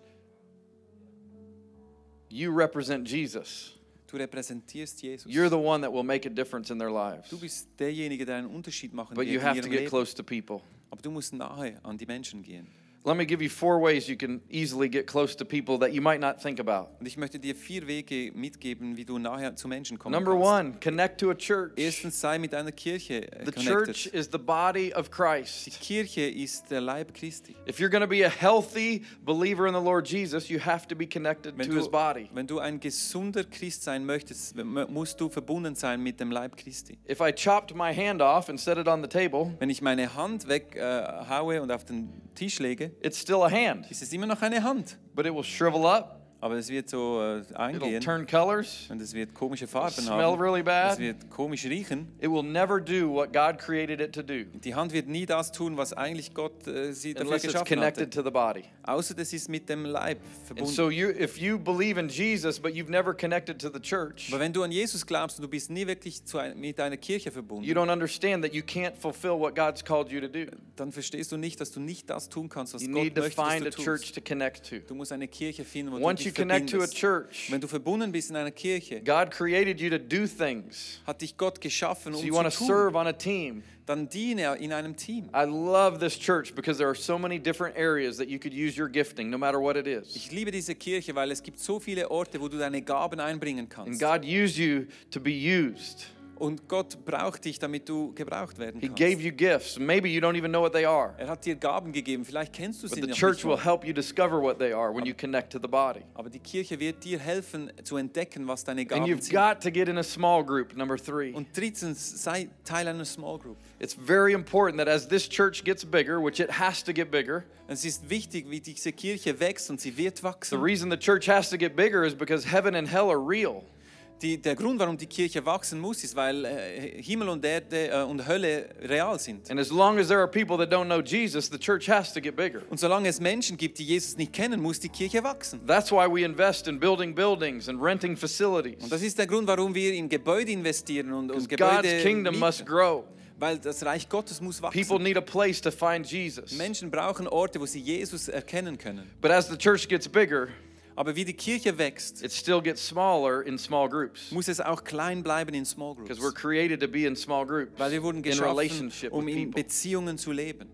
[SPEAKER 2] You represent Jesus.
[SPEAKER 3] Du repräsentierst Jesus.
[SPEAKER 2] You're the one that will make a difference in their lives.
[SPEAKER 3] Du bist derjenige, der einen Unterschied machen
[SPEAKER 2] But
[SPEAKER 3] wird
[SPEAKER 2] you
[SPEAKER 3] in
[SPEAKER 2] have to
[SPEAKER 3] ihrem
[SPEAKER 2] get
[SPEAKER 3] Leben.
[SPEAKER 2] close to people.
[SPEAKER 3] Aber du musst nahe an die Menschen gehen.
[SPEAKER 2] Let me give you four ways you can easily get close to people that you might not think about.
[SPEAKER 3] Und ich möchte dir vier Wege mitgeben, wie du nahe zu Menschen kommen
[SPEAKER 2] Number
[SPEAKER 3] kannst.
[SPEAKER 2] one, connect to a church.
[SPEAKER 3] Erstens sei mit einer Kirche äh,
[SPEAKER 2] The
[SPEAKER 3] connected.
[SPEAKER 2] church is the body of
[SPEAKER 3] Die
[SPEAKER 2] Christ.
[SPEAKER 3] Kirche ist der Leib Christi.
[SPEAKER 2] If you're going to be a healthy believer in the Lord Jesus, you have to be connected to
[SPEAKER 3] Wenn
[SPEAKER 2] his
[SPEAKER 3] du,
[SPEAKER 2] body.
[SPEAKER 3] wenn du ein gesunder Christ sein möchtest, m- musst du verbunden sein mit dem Leib Christi.
[SPEAKER 2] If I chopped my hand off and set it on the table,
[SPEAKER 3] Wenn ich meine Hand weghaue äh, haue und auf den Tisch lege,
[SPEAKER 2] it's still a hand,
[SPEAKER 3] ist es immer noch eine Hand.
[SPEAKER 2] but it will shrivel up,
[SPEAKER 3] Aber es wird so äh,
[SPEAKER 2] it'll
[SPEAKER 3] eingehen
[SPEAKER 2] turn colors,
[SPEAKER 3] und es wird komische Farben
[SPEAKER 2] smell
[SPEAKER 3] haben.
[SPEAKER 2] really bad.
[SPEAKER 3] Es wird komisch riechen.
[SPEAKER 2] it will never do what God created it to do
[SPEAKER 3] Die Hand wird nie das tun, was eigentlich Gott äh, sie dafür
[SPEAKER 2] unless it's
[SPEAKER 3] geschaffen hat.
[SPEAKER 2] connected to the body.
[SPEAKER 3] Außer das ist mit dem Leib
[SPEAKER 2] And
[SPEAKER 3] verbunden.
[SPEAKER 2] so you if you believe in Jesus but you've never connected to the church,
[SPEAKER 3] Aber wenn du an Jesus glaubst und du bist nie wirklich zu ein, mit einer Kirche verbunden,
[SPEAKER 2] you don't understand that you can't fulfill what God's called you to do.
[SPEAKER 3] dann verstehst du nicht, dass du nicht das tun kannst, was
[SPEAKER 2] You
[SPEAKER 3] Gott
[SPEAKER 2] need to
[SPEAKER 3] möchte, dass
[SPEAKER 2] find
[SPEAKER 3] du
[SPEAKER 2] a
[SPEAKER 3] tust.
[SPEAKER 2] church to connect to.
[SPEAKER 3] Du musst eine Kirche finden, wo
[SPEAKER 2] Once
[SPEAKER 3] du
[SPEAKER 2] you
[SPEAKER 3] dich dich
[SPEAKER 2] connect to a
[SPEAKER 3] verbindest.
[SPEAKER 2] church,
[SPEAKER 3] Wenn du verbunden bist in einer Kirche,
[SPEAKER 2] God created you to do things.
[SPEAKER 3] hat dich Gott geschaffen,
[SPEAKER 2] So
[SPEAKER 3] um
[SPEAKER 2] you want to
[SPEAKER 3] zu tun.
[SPEAKER 2] serve on a team.
[SPEAKER 3] Dann diene in einem Team.
[SPEAKER 2] I love this church because there are so many different areas that you could use your gifting, no matter what it is.
[SPEAKER 3] Ich liebe diese Kirche, weil es gibt so viele Orte, wo du deine Gaben einbringen
[SPEAKER 2] And
[SPEAKER 3] kannst.
[SPEAKER 2] God used you to be used.
[SPEAKER 3] Und Gott braucht dich, damit du gebraucht werden
[SPEAKER 2] He
[SPEAKER 3] kannst.
[SPEAKER 2] gave you gifts. Maybe you don't even know what they are,
[SPEAKER 3] er hat dir Gaben gegeben, vielleicht kennst du sie
[SPEAKER 2] but the
[SPEAKER 3] noch
[SPEAKER 2] church
[SPEAKER 3] nicht.
[SPEAKER 2] will
[SPEAKER 3] mal.
[SPEAKER 2] help you discover what they are when you connect to the body.
[SPEAKER 3] Aber die Kirche wird dir helfen, zu entdecken, was deine
[SPEAKER 2] And
[SPEAKER 3] Gaben
[SPEAKER 2] you've
[SPEAKER 3] sind.
[SPEAKER 2] got to get in a small group, number three.
[SPEAKER 3] Und drittens, sei Teil einer Small Group.
[SPEAKER 2] It's very important that as this church gets bigger, which it has to get bigger,
[SPEAKER 3] Es ist wichtig, wie diese Kirche wächst und sie wird
[SPEAKER 2] the
[SPEAKER 3] wachsen.
[SPEAKER 2] reason the church has to get bigger is because heaven and hell are real.
[SPEAKER 3] Die, der Grund, warum die Kirche wachsen muss, ist, weil äh, Himmel und Erde äh, und Hölle real sind.
[SPEAKER 2] And as long as there are people that don't know Jesus, the church has to get bigger.
[SPEAKER 3] Und solange es Menschen gibt, die Jesus nicht kennen, muss die Kirche wachsen.
[SPEAKER 2] That's why we invest in building buildings and renting facilities.
[SPEAKER 3] Und das ist der Grund, warum wir in Gebäude investieren und, und
[SPEAKER 2] God's
[SPEAKER 3] Gebäude
[SPEAKER 2] kingdom must
[SPEAKER 3] mieten,
[SPEAKER 2] grow.
[SPEAKER 3] weil das Reich Gottes muss
[SPEAKER 2] People
[SPEAKER 3] wachsen.
[SPEAKER 2] need a place to find Jesus.
[SPEAKER 3] Menschen brauchen Orte, wo sie Jesus erkennen können.
[SPEAKER 2] But as the church gets bigger,
[SPEAKER 3] Aber wie die Kirche wächst,
[SPEAKER 2] it still gets smaller in small groups
[SPEAKER 3] muss es auch klein bleiben in Small
[SPEAKER 2] because we're
[SPEAKER 3] Groups.
[SPEAKER 2] created to be in small groups
[SPEAKER 3] Weil wir wurden
[SPEAKER 2] in
[SPEAKER 3] geschaffen,
[SPEAKER 2] relationship
[SPEAKER 3] um
[SPEAKER 2] with
[SPEAKER 3] in
[SPEAKER 2] people.
[SPEAKER 3] Beziehungen zu leben.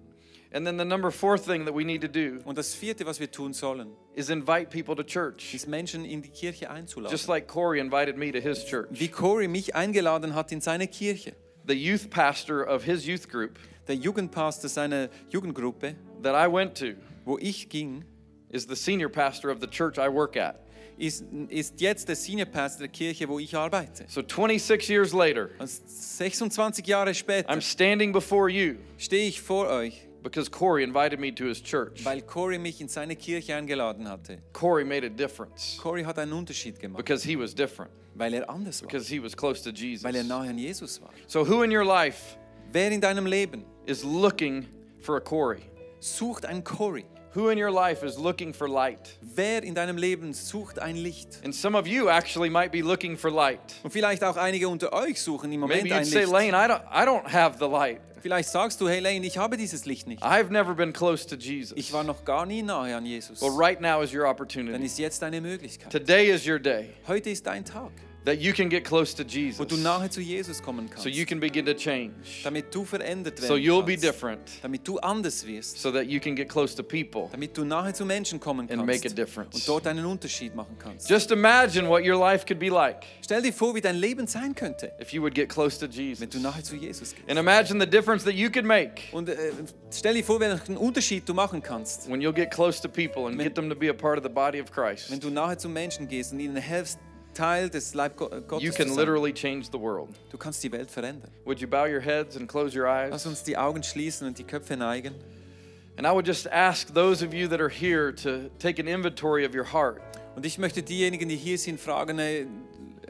[SPEAKER 2] And then the number four thing that we need to do
[SPEAKER 3] Und das vierte, was wir tun sollen,
[SPEAKER 2] is invite people to church,
[SPEAKER 3] ist Menschen in die Kirche einzuladen.
[SPEAKER 2] just like Corey invited me to his church.
[SPEAKER 3] Wie Corey mich eingeladen hat in seine Kirche.
[SPEAKER 2] The youth pastor of his youth group
[SPEAKER 3] Der Jugendpastor seiner Jugendgruppe,
[SPEAKER 2] that I went to
[SPEAKER 3] wo ich ging,
[SPEAKER 2] is the senior pastor of the church I work at.
[SPEAKER 3] ist, ist jetzt der Senior Pastor der Kirche, wo ich arbeite.
[SPEAKER 2] So 26 years later,
[SPEAKER 3] Also 26 Jahre später
[SPEAKER 2] I'm standing before you
[SPEAKER 3] stehe ich vor euch,
[SPEAKER 2] because Corey invited me to his church.
[SPEAKER 3] weil Corey mich in seine Kirche eingeladen hatte.
[SPEAKER 2] Corey made a difference
[SPEAKER 3] Corey hat einen Unterschied gemacht,
[SPEAKER 2] because he was different,
[SPEAKER 3] weil er anders war,
[SPEAKER 2] because he was close to
[SPEAKER 3] weil er
[SPEAKER 2] Jesus.
[SPEAKER 3] nahe an Jesus war.
[SPEAKER 2] So, who in your life
[SPEAKER 3] Wer in deinem Leben
[SPEAKER 2] is looking for a Corey?
[SPEAKER 3] sucht einen Corey?
[SPEAKER 2] Who in your life is looking for light?
[SPEAKER 3] Wer in deinem Leben sucht ein Licht?
[SPEAKER 2] And some of you actually might be looking for light.
[SPEAKER 3] Und vielleicht auch einige unter euch suchen im
[SPEAKER 2] Maybe
[SPEAKER 3] Moment
[SPEAKER 2] you'd
[SPEAKER 3] ein
[SPEAKER 2] say,
[SPEAKER 3] Licht.
[SPEAKER 2] Lane, I don't, I don't have the light.
[SPEAKER 3] Vielleicht sagst du, hey Lane, ich habe dieses Licht nicht.
[SPEAKER 2] I've never been close to Jesus.
[SPEAKER 3] Ich war noch gar nie nahe an Jesus.
[SPEAKER 2] Well, right now is your
[SPEAKER 3] Dann
[SPEAKER 2] opportunity.
[SPEAKER 3] ist jetzt deine Möglichkeit.
[SPEAKER 2] Today is your day
[SPEAKER 3] Heute ist dein Tag,
[SPEAKER 2] that you can get close to
[SPEAKER 3] wo
[SPEAKER 2] Jesus.
[SPEAKER 3] du nahe zu Jesus kommen
[SPEAKER 2] So you
[SPEAKER 3] kannst,
[SPEAKER 2] can begin to change.
[SPEAKER 3] damit du verändert
[SPEAKER 2] So you'll
[SPEAKER 3] werden
[SPEAKER 2] be
[SPEAKER 3] kannst,
[SPEAKER 2] different
[SPEAKER 3] damit du anders wirst,
[SPEAKER 2] so that you can get close to people.
[SPEAKER 3] damit du nahe zu Menschen kommen
[SPEAKER 2] And make a
[SPEAKER 3] kannst
[SPEAKER 2] difference.
[SPEAKER 3] und dort einen Unterschied machen kannst.
[SPEAKER 2] Just imagine what your life could be like
[SPEAKER 3] Stell dir vor, wie dein Leben sein könnte,
[SPEAKER 2] if you would get close to Jesus.
[SPEAKER 3] wenn du nahe zu Jesus gehst.
[SPEAKER 2] And imagine the difference that you could make
[SPEAKER 3] Und äh, stell dir vor, welchen Unterschied du machen kannst,
[SPEAKER 2] when you'll get close to people and get them to be a part of the body of
[SPEAKER 3] wenn
[SPEAKER 2] Christ.
[SPEAKER 3] du nahe zu Menschen gehst und ihnen helfst, Teil des Leib Go- äh,
[SPEAKER 2] You
[SPEAKER 3] Gottes zu
[SPEAKER 2] can
[SPEAKER 3] sein.
[SPEAKER 2] literally change the world.
[SPEAKER 3] Du kannst die Welt verändern.
[SPEAKER 2] Would you bow your heads and close your
[SPEAKER 3] Lass
[SPEAKER 2] eyes?
[SPEAKER 3] uns die Augen schließen und die Köpfe neigen.
[SPEAKER 2] And I would just ask those of you that are here to take an inventory of your heart.
[SPEAKER 3] Und ich möchte diejenigen, die hier sind, fragen, äh,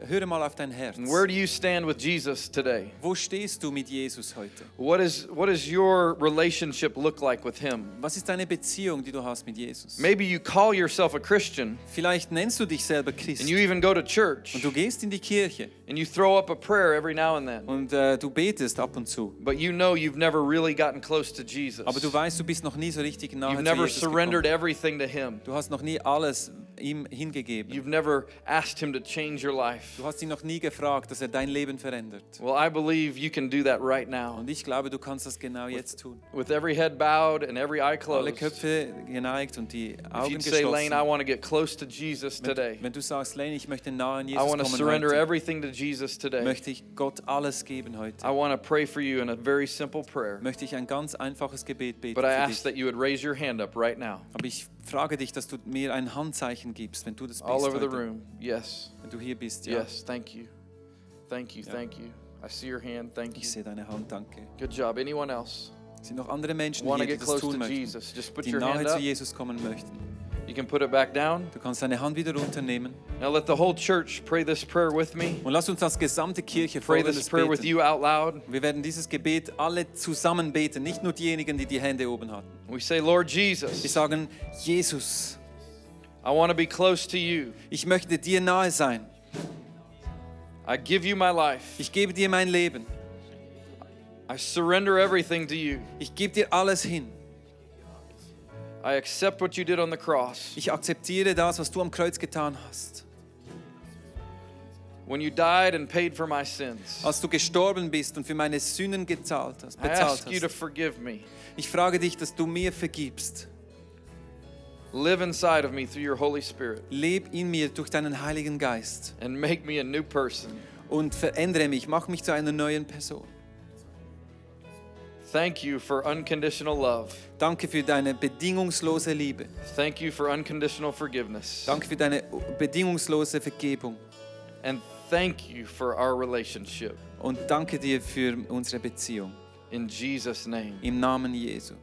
[SPEAKER 3] höre mal auf dein Herz.
[SPEAKER 2] And where do you stand with Jesus today?
[SPEAKER 3] Wo stehst du mit Jesus heute?
[SPEAKER 2] What is what does your relationship look like with him?
[SPEAKER 3] Was ist deine Beziehung, die du hast mit Jesus?
[SPEAKER 2] Maybe you call yourself a Christian
[SPEAKER 3] Vielleicht nennst du dich selber Christ
[SPEAKER 2] and you even go to church
[SPEAKER 3] und du gehst in die Kirche
[SPEAKER 2] and you throw up a prayer every now and then.
[SPEAKER 3] und äh, du betest ab und zu.
[SPEAKER 2] But you know you've never really gotten close to Jesus.
[SPEAKER 3] Aber du weißt, du bist noch nie so richtig nahe
[SPEAKER 2] You've
[SPEAKER 3] zu
[SPEAKER 2] never
[SPEAKER 3] Jesus gekommen.
[SPEAKER 2] surrendered everything to him.
[SPEAKER 3] Du hast noch nie alles ihm hingegeben.
[SPEAKER 2] You've never asked him to change your life.
[SPEAKER 3] Du hast ihn noch nie gefragt, dass er dein Leben verändert.
[SPEAKER 2] Well, I believe you can do that right now.
[SPEAKER 3] Und ich glaube, du kannst das genau jetzt tun.
[SPEAKER 2] With every head bowed and every eye
[SPEAKER 3] Alle
[SPEAKER 2] closed. If
[SPEAKER 3] Köpfe geneigt und die Augen
[SPEAKER 2] you'd say, Lane, I
[SPEAKER 3] geschlossen.
[SPEAKER 2] want to get close to Jesus today.
[SPEAKER 3] Wenn, wenn du sagst, Lane, ich möchte nahe an
[SPEAKER 2] I
[SPEAKER 3] Jesus
[SPEAKER 2] want to
[SPEAKER 3] kommen
[SPEAKER 2] surrender
[SPEAKER 3] heute,
[SPEAKER 2] everything to Jesus today.
[SPEAKER 3] möchte ich Gott alles geben heute.
[SPEAKER 2] I want to pray for you in a very simple prayer.
[SPEAKER 3] Möchte ich ein ganz einfaches Gebet beten
[SPEAKER 2] But I
[SPEAKER 3] für
[SPEAKER 2] ask
[SPEAKER 3] dich.
[SPEAKER 2] that you would raise your hand up right now,
[SPEAKER 3] Aber ich frage dich, dass du mir ein Handzeichen gibst, wenn du das bist
[SPEAKER 2] all over the
[SPEAKER 3] heute.
[SPEAKER 2] room. Yes,
[SPEAKER 3] Wenn du hier bist, ja.
[SPEAKER 2] yes, thank you. Thank you, thank you. I see your hand, thank
[SPEAKER 3] Ich
[SPEAKER 2] you.
[SPEAKER 3] sehe deine Hand, danke.
[SPEAKER 2] Good job. Anyone else?
[SPEAKER 3] Sind noch andere Menschen
[SPEAKER 2] Want to
[SPEAKER 3] hier, die
[SPEAKER 2] get
[SPEAKER 3] das
[SPEAKER 2] close
[SPEAKER 3] tun
[SPEAKER 2] to
[SPEAKER 3] möchten,
[SPEAKER 2] Jesus? Just put
[SPEAKER 3] die
[SPEAKER 2] your hand
[SPEAKER 3] nahe zu
[SPEAKER 2] up.
[SPEAKER 3] Jesus kommen möchten?
[SPEAKER 2] You can put it back down.
[SPEAKER 3] Du kannst deine Hand wieder runternehmen.
[SPEAKER 2] Now let the whole church pray this prayer with me.
[SPEAKER 3] Und lass uns als gesamte Kirche
[SPEAKER 2] Pray
[SPEAKER 3] folgendes
[SPEAKER 2] this prayer with
[SPEAKER 3] beten.
[SPEAKER 2] you out loud.
[SPEAKER 3] Wir werden dieses Gebet alle zusammen beten, nicht nur diejenigen, die die Hände oben hatten.
[SPEAKER 2] We say, Lord
[SPEAKER 3] Wir
[SPEAKER 2] Jesus,
[SPEAKER 3] sagen, Jesus,
[SPEAKER 2] I want to be close to you.
[SPEAKER 3] ich möchte dir nahe sein.
[SPEAKER 2] I give you my life.
[SPEAKER 3] Ich gebe dir mein Leben.
[SPEAKER 2] I surrender everything to you.
[SPEAKER 3] Ich gebe dir alles hin.
[SPEAKER 2] I accept what you did on the cross.
[SPEAKER 3] Ich akzeptiere das, was du am Kreuz getan hast.
[SPEAKER 2] When you died and paid for my sins,
[SPEAKER 3] Als du gestorben bist und für meine Sünden gezahlt hast,
[SPEAKER 2] I
[SPEAKER 3] bezahlt
[SPEAKER 2] ask you to
[SPEAKER 3] hast.
[SPEAKER 2] forgive me.
[SPEAKER 3] Ich frage dich, dass du mir vergibst.
[SPEAKER 2] Live inside of me through your Holy Spirit
[SPEAKER 3] Leb in mir durch deinen Heiligen Geist
[SPEAKER 2] and make me a new person.
[SPEAKER 3] und verändere mich, mach mich zu einer neuen Person.
[SPEAKER 2] Thank you for unconditional love.
[SPEAKER 3] Danke für deine bedingungslose Liebe.
[SPEAKER 2] Thank you for unconditional forgiveness.
[SPEAKER 3] Danke für deine bedingungslose Vergebung.
[SPEAKER 2] And thank you for our relationship.
[SPEAKER 3] Und danke dir für unsere Beziehung.
[SPEAKER 2] In Jesus' name.
[SPEAKER 3] Im Namen Jesu.